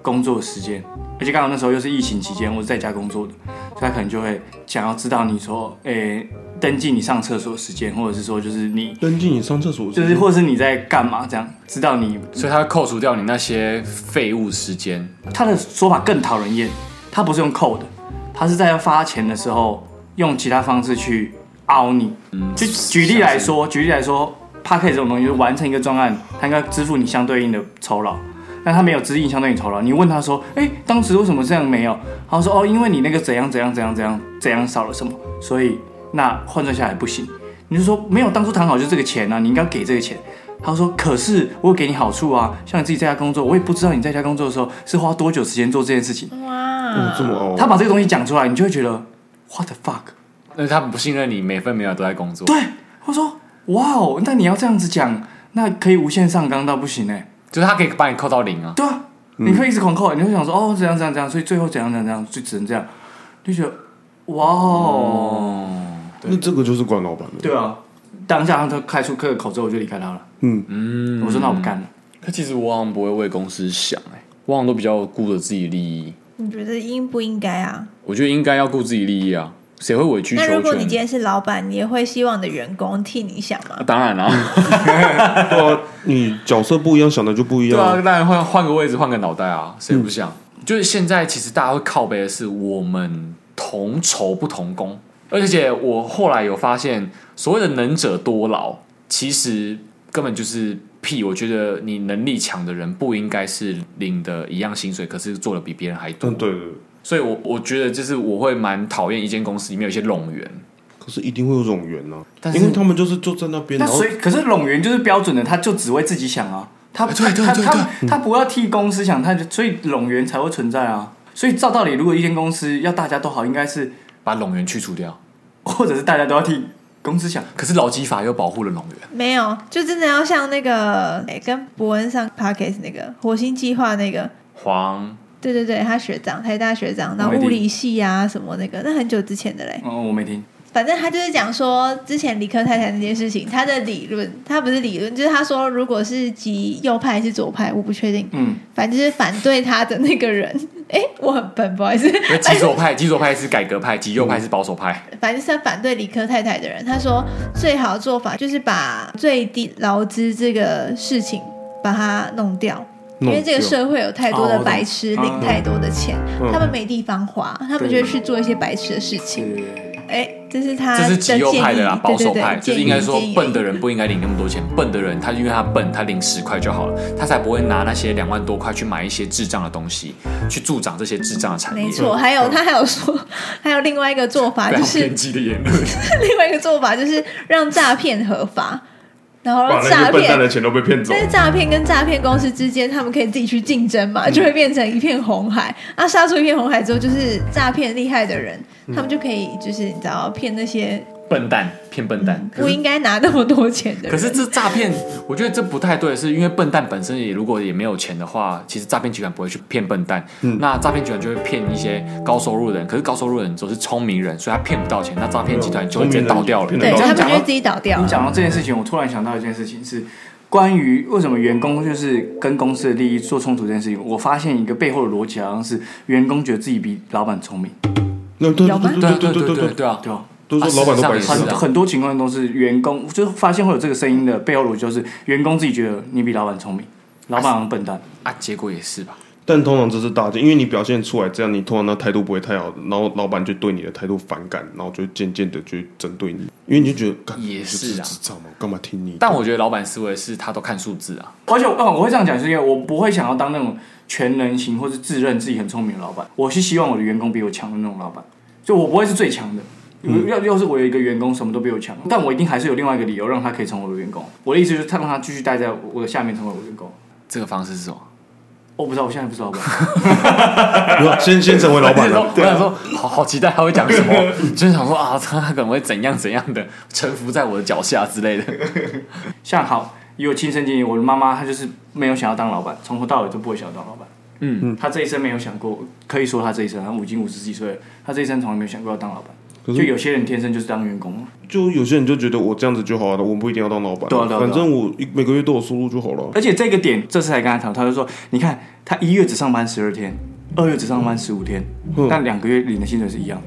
Speaker 4: 工作时间，而且刚好那时候又是疫情期间，我是在家工作的，所以他可能就会想要知道你说，诶、登记你上厕所时间，或者是说就是你
Speaker 2: 登记你上厕所
Speaker 4: 就是或者是你在干嘛这样，知道你
Speaker 1: 所以他会扣除掉你那些废物时间。
Speaker 4: 他的说法更讨人厌，他不是用扣的，他是在发钱的时候用其他方式去凹你。
Speaker 1: 嗯，
Speaker 4: 就举例来说，举例来说 p a c k e 这种东西，就是完成一个专案，他应该支付你相对应的酬劳。但他没有指引相对应酬劳，你问他说：“哎、当时为什么这样没有？”他说：“哦，因为你那个怎样怎样怎样怎样怎样少了什么，所以那换算下来不行。”你就说没有，当初谈好就是这个钱啊，你应该给这个钱。他说：“可是我有给你好处啊，像你自己在家工作，我也不知道你在家工作的时候是花多久时间做这件事情。
Speaker 3: 哇，
Speaker 2: 这么哦，
Speaker 4: 他把这个东西讲出来，你就会觉得 what the fuck？
Speaker 1: 那他不信任你，每分每秒都在工作。
Speaker 4: 对，我说哇哦，那你要这样子讲，那可以无限上纲到不行哎、
Speaker 1: 就是他可以把你扣到零啊。
Speaker 4: 对啊，你可以一直狂扣，你会想说哦怎样怎样怎样，所以最后怎样怎样怎样，就只能这样，就觉得哇哦，
Speaker 1: 哦，
Speaker 2: 那这个就是管老板的，
Speaker 4: 对啊，当下他开出这个口之后，我就离开他了。
Speaker 2: 嗯，
Speaker 1: 嗯
Speaker 4: 我说那我不干了，
Speaker 1: 可其实我好像不会为公司想、欸，哎，我好像都比较顾着自己利益。
Speaker 3: 你觉得应不应该啊？
Speaker 1: 我觉得应该要顾自己利益啊，谁会委曲求
Speaker 3: 那
Speaker 1: 全？
Speaker 3: 如果你今天是老板，你也会希望你的员工替你想吗
Speaker 1: 啊？当然啦、
Speaker 2: 对啊，你角色不一样，想的就不一
Speaker 1: 对
Speaker 2: 样
Speaker 1: 啊，
Speaker 2: 啊。
Speaker 1: 当然换换个位置，换个脑袋啊，谁不想？就是现在，其实大家会靠背的是我们同酬不同工，而且我后来有发现，所谓的能者多劳，其实根本就是屁。我觉得你能力强的人不应该是领的一样薪水，可是做的比别人还多。
Speaker 2: 嗯，对对，对
Speaker 1: 所以我我觉得就是我会蛮讨厌一间公司里面有一些冗员，
Speaker 2: 可是一定会有这种缘呐，
Speaker 1: 但是
Speaker 2: 因为他们就是坐在那边，
Speaker 4: 那
Speaker 2: 然后
Speaker 4: 所以可是拢源就是标准的，他就只为自己想啊，他
Speaker 1: 对对
Speaker 4: 他
Speaker 1: 对
Speaker 4: 他
Speaker 1: 对
Speaker 4: 他他不要替公司想，他就所以拢源才会存在啊。所以照道理，如果一间公司要大家都好，应该是
Speaker 1: 把冗员去除掉。
Speaker 4: 或者是大家都要替公司想，
Speaker 1: 可是劳基法又保护了冗员，
Speaker 3: 没有，就真的要像那个，哎、跟伯恩上 podcast 那个火星计划那个，
Speaker 1: 黄
Speaker 3: 对对对，他学长，台大学长，然
Speaker 4: 我
Speaker 3: 后
Speaker 4: 没听
Speaker 3: 物理系啊什么那个，那很久之前的嘞。
Speaker 4: 嗯，我没听。
Speaker 3: 反正他就是讲说，之前理科太太那件事情，他的理论，他不是理论，就是他说，如果是极右派还是左派，我不确定，
Speaker 4: 嗯，
Speaker 3: 反正就是反对他的那个人。 哎、我很笨，不好 意思，
Speaker 1: 因为极左派，极左派是改革派，极右派是保守派。
Speaker 3: 反正是他反对理科太太的人，他说最好的做法就是把最低劳资这个事情把它弄掉。因
Speaker 2: 弄
Speaker 3: 为这个
Speaker 2: 掉
Speaker 3: 社会有太多
Speaker 1: 啊
Speaker 3: 的白痴
Speaker 4: 哦我懂
Speaker 3: 领太多的钱，
Speaker 2: 嗯
Speaker 3: 他们没地方花，他们就会去做一些白痴的事情。
Speaker 4: 对，
Speaker 3: 哎，这是他
Speaker 1: 这
Speaker 3: 的
Speaker 1: 是
Speaker 3: 建
Speaker 1: 极
Speaker 3: 议，
Speaker 1: 右派的啦，保
Speaker 3: 对
Speaker 1: 守
Speaker 3: 对
Speaker 1: 派
Speaker 3: 对，
Speaker 1: 就是
Speaker 3: 啊建议
Speaker 1: 应该说
Speaker 3: 建议
Speaker 1: 笨的人不应该领那么多钱，笨的人他因为他笨，他领十块就好了，他才不会拿那些两万多块去买一些智障的东西，去助长这些智障的产业。
Speaker 3: 没错，还有他还有说， 还有另外一个做法，
Speaker 1: 非
Speaker 3: 就
Speaker 1: 常
Speaker 3: 是嗯
Speaker 1: 偏激的言论。
Speaker 3: 另外一个做法就是让诈骗合法，然后
Speaker 2: 把
Speaker 3: 让
Speaker 2: 那
Speaker 3: 诈
Speaker 2: 些笨蛋的
Speaker 3: 骗，
Speaker 2: 钱都被骗走
Speaker 3: 但，是诈骗跟诈骗公司之间，他们可以自己去竞争嘛，就会变成一片红海。那杀出一片红海之后，就是诈骗厉害的人，他们就可以就是你知道骗那些
Speaker 1: 笨蛋骗笨蛋，
Speaker 3: 不应该拿那么多钱的人。
Speaker 1: 可是这诈骗，我觉得这不太对，是因为笨蛋本身也如果也没有钱的话，其实诈骗集团不会去骗笨蛋，那诈骗集团就会骗一些高收入的人，可是高收入的人都是聪明人，所以他骗不到钱，那诈骗集团就会直接倒掉了。
Speaker 2: 聪明
Speaker 3: 对啊
Speaker 2: 人
Speaker 3: 他
Speaker 4: 你
Speaker 3: 们就
Speaker 4: 讲
Speaker 3: 会
Speaker 4: 到
Speaker 3: 自己倒掉
Speaker 4: 你。讲到这件事情，我突然想到一件事情是关于为什么员工就是跟公司的利益做冲突这件事情。我发现一个背后的逻辑好像是员工觉得自己比老板聪明，
Speaker 2: 那对
Speaker 3: 有吗
Speaker 2: 对
Speaker 1: 对啊
Speaker 2: 对
Speaker 1: 对
Speaker 2: 对
Speaker 1: 对
Speaker 2: 对
Speaker 1: 对
Speaker 2: 对，
Speaker 1: 对啊！
Speaker 4: 对哦吧？
Speaker 2: 都说老板都白
Speaker 1: 是啊
Speaker 2: 痴
Speaker 1: 事
Speaker 4: 很
Speaker 1: 实
Speaker 2: 啊，
Speaker 4: 很多情况都是员工，就是发现会有这个声音的背后逻辑，就是员工自己觉得你比老板聪明，老板好像笨蛋。
Speaker 1: 啊，结果也是吧。
Speaker 2: 但通常这是大件，因为你表现出来这样，你通常那态度不会太好，然后老板就对你的态度反感，然后就渐渐的就针对你，因为你就觉得干
Speaker 1: 也是啊
Speaker 2: 你就智障嘛，我干嘛听你？
Speaker 1: 但我觉得老板思维是他都看数字啊，
Speaker 4: 而且我哦，我会这样讲，是因为我不会想要当那种全能型或是自认自己很聪明的老板，我是希望我的员工比我强的那种老板，就我不会是最强的。要要是我有一个员工什么都比我强，但我一定还是有另外一个理由让他可以成为我的员工。我的意思就是，他让他继续待在我的下面成为我的员工。
Speaker 1: 这个方式是什么？
Speaker 4: 我不知道，我现在不是老板，
Speaker 2: 没有先先成为老板啊
Speaker 1: 我想
Speaker 2: 了
Speaker 1: 说，我想说，好好期待他会讲什么，就是想说啊，他可能会怎样怎样的臣服在我的脚下之类的。
Speaker 4: 像好也有亲身经历，我的妈妈她就是没有想要当老板，从头到尾都不会想要当老板。
Speaker 1: 嗯，
Speaker 4: 她这一生没有想过，可以说她这一生，她已经五十几岁了，她这一生从来没有想过要当老板。
Speaker 2: 可
Speaker 4: 就是有些人天生就是当员工，啊
Speaker 2: 就有些人就觉得我这样子就好了，我不一定要当老板，
Speaker 4: 对啊对啊对啊
Speaker 2: 反正我一每个月都有收入就好了。
Speaker 4: 而且这个点这次才跟他谈，他就说，你看他一月只上班十二天，二月只上班十五天，
Speaker 2: 嗯
Speaker 4: 但两个月领的薪水是一样。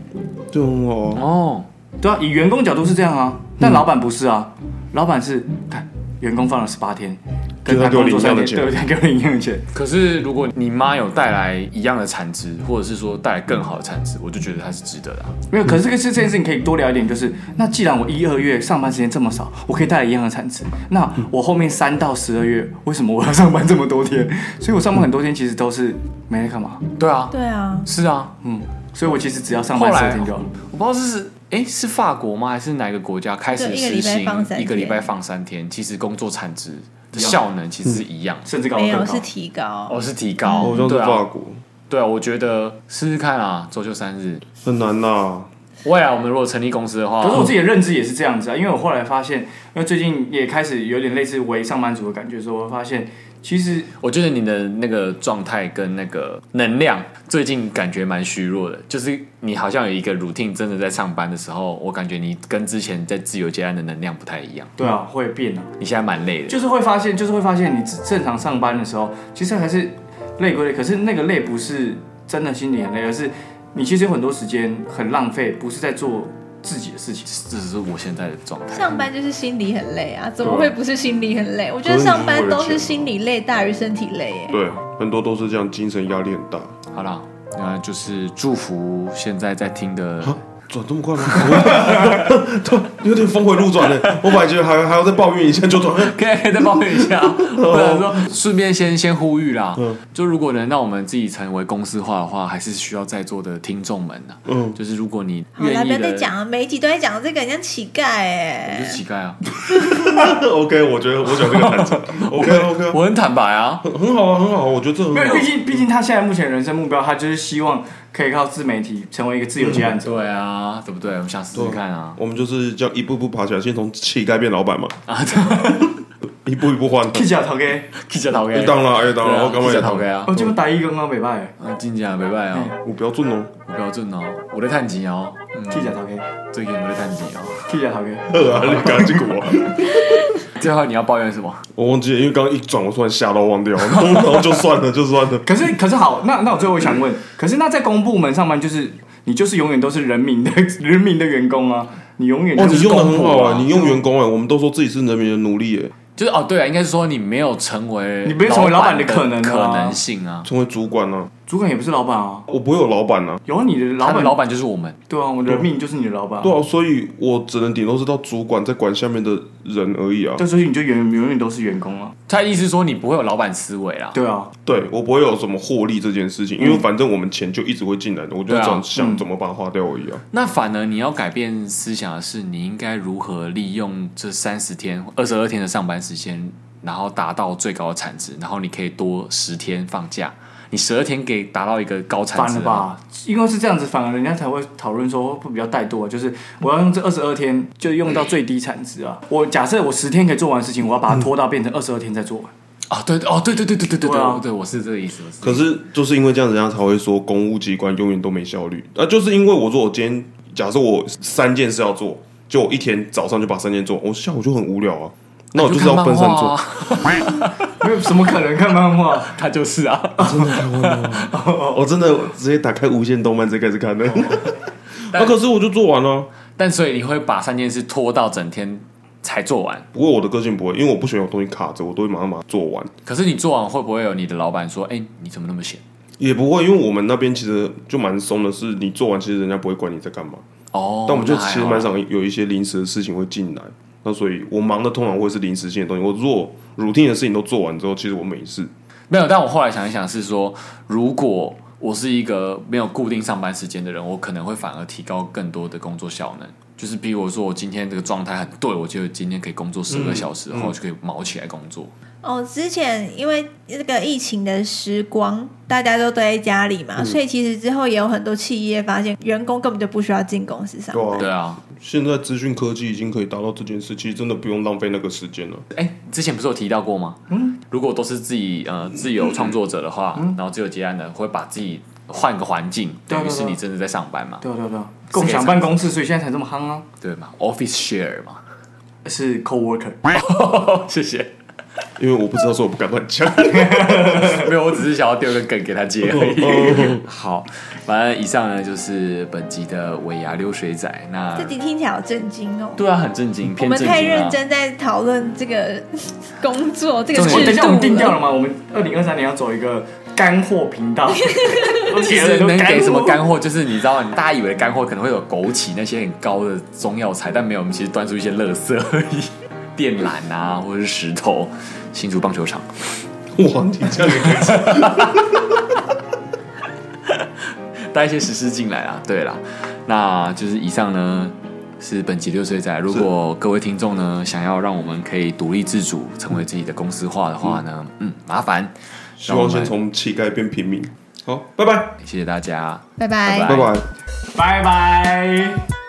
Speaker 2: 就很好啊，
Speaker 1: 哦，
Speaker 4: 对啊，以员工角度是这样啊，但老板不是啊，老板是看员工放了十八天，跟
Speaker 2: 就
Speaker 4: 他
Speaker 2: 他给我
Speaker 4: 工作
Speaker 2: 领一样
Speaker 4: 三
Speaker 2: 的
Speaker 4: 天，
Speaker 2: 钱
Speaker 4: 对，他给我领一样的钱。
Speaker 1: 可是如果你妈有带来一样的产值，或者是说带来更好的产值，我就觉得它是值得的啊、
Speaker 4: 没有，可是这个是这件事情可以多聊一点，就是那既然我一二月上班时间这么少，我可以带来一样的产值，那我后面三到十二月为什么我要上班这么多天？所以我上班很多天其实都是没在干嘛，
Speaker 1: 对啊，
Speaker 3: 对啊，
Speaker 1: 是啊。
Speaker 4: 嗯，所以我其实只要上
Speaker 1: 后
Speaker 4: 班十
Speaker 1: 来
Speaker 4: 天就好了。
Speaker 1: 我不知道是哎，是法国吗？还是哪个国家开始
Speaker 3: 对一个
Speaker 1: 实
Speaker 3: 礼拜
Speaker 1: 行
Speaker 3: 放三
Speaker 1: 一个礼拜
Speaker 3: 天
Speaker 1: 放三天？其实工作产值的效能其实是一样的，
Speaker 4: 甚至高
Speaker 3: 没有
Speaker 4: 更高
Speaker 3: 是。提高，
Speaker 1: 哦，是提高，
Speaker 2: 好像是
Speaker 1: 对
Speaker 2: 法
Speaker 1: 啊，
Speaker 2: 国，
Speaker 1: 对啊，我觉得试试看啊，周休三日。
Speaker 2: 很难呐。
Speaker 1: 未来我们如果成立公司的话，
Speaker 4: 可是我自己的认知也是这样子啊，因为我后来发现，因为最近也开始有点类似为上班族的感觉，所以我发现其实
Speaker 1: 我觉得你的那个状态跟那个能量，最近感觉蛮虚弱的。就是你好像有一个 routine，真的在上班的时候，我感觉你跟之前在自由接案的能量不太一样。
Speaker 4: 对啊会变啊，
Speaker 1: 你现在蛮累的，
Speaker 4: 就是会发现，就是会发现你正常上班的时候，其实还是累归累，可是那个累不是真的心里很累，而是你其实有很多时间很浪费，不是在做自己的事情。
Speaker 1: 这只是我现在的状态。
Speaker 3: 上班就是心理很累啊，怎么
Speaker 2: 对啊
Speaker 3: 会不是心理很累？我觉
Speaker 2: 可是
Speaker 3: 得
Speaker 2: 你
Speaker 3: 上班
Speaker 2: 是为了
Speaker 3: 都
Speaker 2: 钱
Speaker 3: 是心理累大于身体累耶。
Speaker 2: 对，很多都是这样，精神压力很大。
Speaker 1: 好了，那就是祝福现在在听的。
Speaker 2: 啊，转这么快吗？ 我突有点峰回路转了。我本来觉得还还要再抱怨一下，就转
Speaker 1: 可以可以再抱怨一下，我想说顺便先先呼吁啦，就如果能让我们自己成为公司化的话，还是需要在座的听众们呢、
Speaker 2: 嗯，
Speaker 1: 就是如果你
Speaker 3: 好啦，
Speaker 1: 愿
Speaker 3: 不
Speaker 1: 意
Speaker 3: 要
Speaker 1: 的，
Speaker 3: 再讲了，每一集都在讲这个，很像乞丐
Speaker 1: 我
Speaker 3: 哎
Speaker 1: 是。乞丐啊，
Speaker 2: OK，我觉得我喜欢这个坦诚。OK OK，
Speaker 1: 我很坦白啊，
Speaker 2: 很好啊，很好啊，我觉得这很
Speaker 4: 没有，
Speaker 2: 好
Speaker 4: 毕。竟毕竟他现在目前人生目标，他就是希望可以靠自媒体成为一个自由接案 者。
Speaker 1: 对啊，对不对？我们想试试看啊，
Speaker 2: 我们就是这样一步步爬起来，先从乞丐变老板嘛，
Speaker 1: 啊，对，
Speaker 2: 一步一步换。
Speaker 4: 去脚头给，
Speaker 1: 记者讨厌，
Speaker 2: 当然，哎，当然，我干嘛
Speaker 1: 记
Speaker 2: 也
Speaker 1: 者讨厌啊
Speaker 4: 我，这么打一刚刚没拜，
Speaker 1: 啊，真正袂歹
Speaker 4: 哎
Speaker 1: 哦，
Speaker 2: 我标准哦，
Speaker 1: 有标准哦，我在趁钱哦，
Speaker 4: 去脚头给，
Speaker 1: 最近我在趁钱哦。
Speaker 4: 去脚头给。
Speaker 2: 呵 啊，你赶紧给我。
Speaker 1: 最后你要抱怨什么？
Speaker 2: 我忘记了，因为刚刚一转，我突然吓到忘掉，然后 就算了，就算了。
Speaker 4: 可是可是好，那那我最后想问，可是那在公部门上班，就是你就是永远都是人民的 人民的员工啊，你永远
Speaker 2: 哦，
Speaker 4: 就
Speaker 2: 你
Speaker 4: 是
Speaker 2: 用的
Speaker 4: 公
Speaker 2: 很
Speaker 4: 仆
Speaker 2: 好
Speaker 4: 啊
Speaker 2: 啊，，你用员工哎，我们都说自己是人民的奴隶哎，
Speaker 1: 就是哦，对啊，应该是说你没有成为
Speaker 4: 你没有成为老板
Speaker 1: 的
Speaker 4: 的可能啊
Speaker 1: 可能性啊，
Speaker 2: 成为主管啊，
Speaker 4: 主管也不是老板啊，
Speaker 2: 我不会有老板啊。
Speaker 4: 有啊你的老
Speaker 1: 他的
Speaker 4: 板
Speaker 1: 老板就是我们。
Speaker 4: 对啊，我人命就是你的老板啊，
Speaker 2: 对啊，所以我只能顶多是到主管再管下面的人而已啊。
Speaker 4: 对，所以你就永远永远都是员工啊，
Speaker 1: 他的意思是说你不会有老板思维啦，
Speaker 4: 对啊，
Speaker 2: 对我不会有什么获利这件事情，因为反正我们钱就一直会进来的，我就
Speaker 1: 对啊
Speaker 2: 想想怎么把它花掉而已啊。
Speaker 1: 那反而你要改变思想的是，你应该如何利用这三十天、二十二天的上班时间，然后达到最高的产值，然后你可以多十天放假，你十二天给达到一个高产
Speaker 4: 反
Speaker 1: 值
Speaker 4: 了
Speaker 1: 啊？
Speaker 4: 吧，因为是这样子，反而人家才会讨论说会比较怠惰啊，就是我要用这二十二天就用到最低产值啊，我假设我十天可以做完的事情，我要把它拖到变成二十二天再做完，
Speaker 1: 哦，对，哦，对对对对对对
Speaker 4: 对啊
Speaker 1: 对，对我是这个意思。我是
Speaker 2: 可是就是因为这样，人家才会说公务机关永远都没效率啊，就是因为我说我今天假设我三件事要做，就我一天早上就把三件做，我下午就很无聊啊，那我就是要分散
Speaker 1: 看漫画
Speaker 2: 做。
Speaker 1: 啊
Speaker 4: 没有什么可能看漫画。
Speaker 1: 他就是啊，
Speaker 2: 我哦真的直接打开无线动漫直接开始看的，
Speaker 1: 哦
Speaker 2: 啊，可是我就做完了啊。
Speaker 1: 但所以你会把三件事拖到整天才做完。
Speaker 2: 不过我的个性不会，因为我不喜欢有东西卡着，我都会马上把它做完。
Speaker 1: 可是你做完会不会有你的老板说：“哎，你怎么那么闲
Speaker 2: 也不会，因为我们那边其实就蛮松的，是你做完，其实人家不会管你在干嘛。？”
Speaker 1: 哦，
Speaker 2: 但我们就
Speaker 1: 那还
Speaker 2: 其实
Speaker 1: 好
Speaker 2: 蛮常有一些临时的事情会进来，那所以我忙的通常会是临时性的东西。我做 routine 的事情都做完之后，其实我没事。
Speaker 1: 没有，但我后来想一想是说，如果我是一个没有固定上班时间的人，我可能会反而提高更多的工作效能。就是比如说，我今天这个状态很对，我就今天可以工作
Speaker 4: 嗯
Speaker 1: 十个小时，然后就可以毛起来工作。
Speaker 3: 哦，之前因为这个疫情的时光，大家都待在家里
Speaker 1: 嗯
Speaker 3: 嘛，所以其实之后也有很多企业发现，员工根本就不需要进公司上班。
Speaker 2: 啊
Speaker 1: 对啊，
Speaker 2: 现在资讯科技已经可以达到这件事，其实真的不用浪费那个时间了。
Speaker 1: 哎，之前不是有提到过吗？
Speaker 4: 嗯
Speaker 1: 如果都是自己呃自由创作者的话，然后自由接案的，会把自己换个环境，
Speaker 4: 对啊
Speaker 1: 等于是
Speaker 4: 对啊
Speaker 1: 你真的在上班嘛？
Speaker 4: 对啊对啊对啊，共享办公室，所以现在才这么夯啊，
Speaker 1: 对嘛？Office share 嘛？
Speaker 4: 是 coworker。哦
Speaker 1: 谢谢。
Speaker 2: 因为我不知道，所以我不敢乱讲。
Speaker 1: 没有，我只是想要丢个梗给他接而已。 好，反正以上呢就是本集的尾牙溜水仔。那
Speaker 3: 自己听起来好震惊哦。
Speaker 1: 啊对啊，很正经，
Speaker 3: 我
Speaker 1: 偏
Speaker 3: 们
Speaker 1: 正经、啊。
Speaker 3: 太认。真在讨论这个工作这个
Speaker 1: 重
Speaker 3: 制
Speaker 1: 点是
Speaker 3: 度啊
Speaker 4: 等一下，我们定掉了
Speaker 3: 吗？
Speaker 4: 吗？我们二零二三年要走一个干货 频道，而
Speaker 1: 其
Speaker 4: 且
Speaker 1: 实能给什么干货？就是你知道，你大家以为干货可能会有枸杞那些很高的中药材，但没有，我们其实端出一些垃圾而已， 电缆啊，或者是石头。新竹棒球场，
Speaker 2: 哇，你这样也可以讲
Speaker 1: 带一些实施进来啊。对啦，那就是以上呢是本集六岁仔。如果各位听众呢，想要让我们可以独立自主，成为自己的公司化的话呢，嗯，麻烦，
Speaker 2: 希望先从乞丐变平民。好，拜拜，
Speaker 1: 谢谢大家。
Speaker 3: 拜拜
Speaker 1: 拜
Speaker 2: 拜拜。
Speaker 4: 拜拜。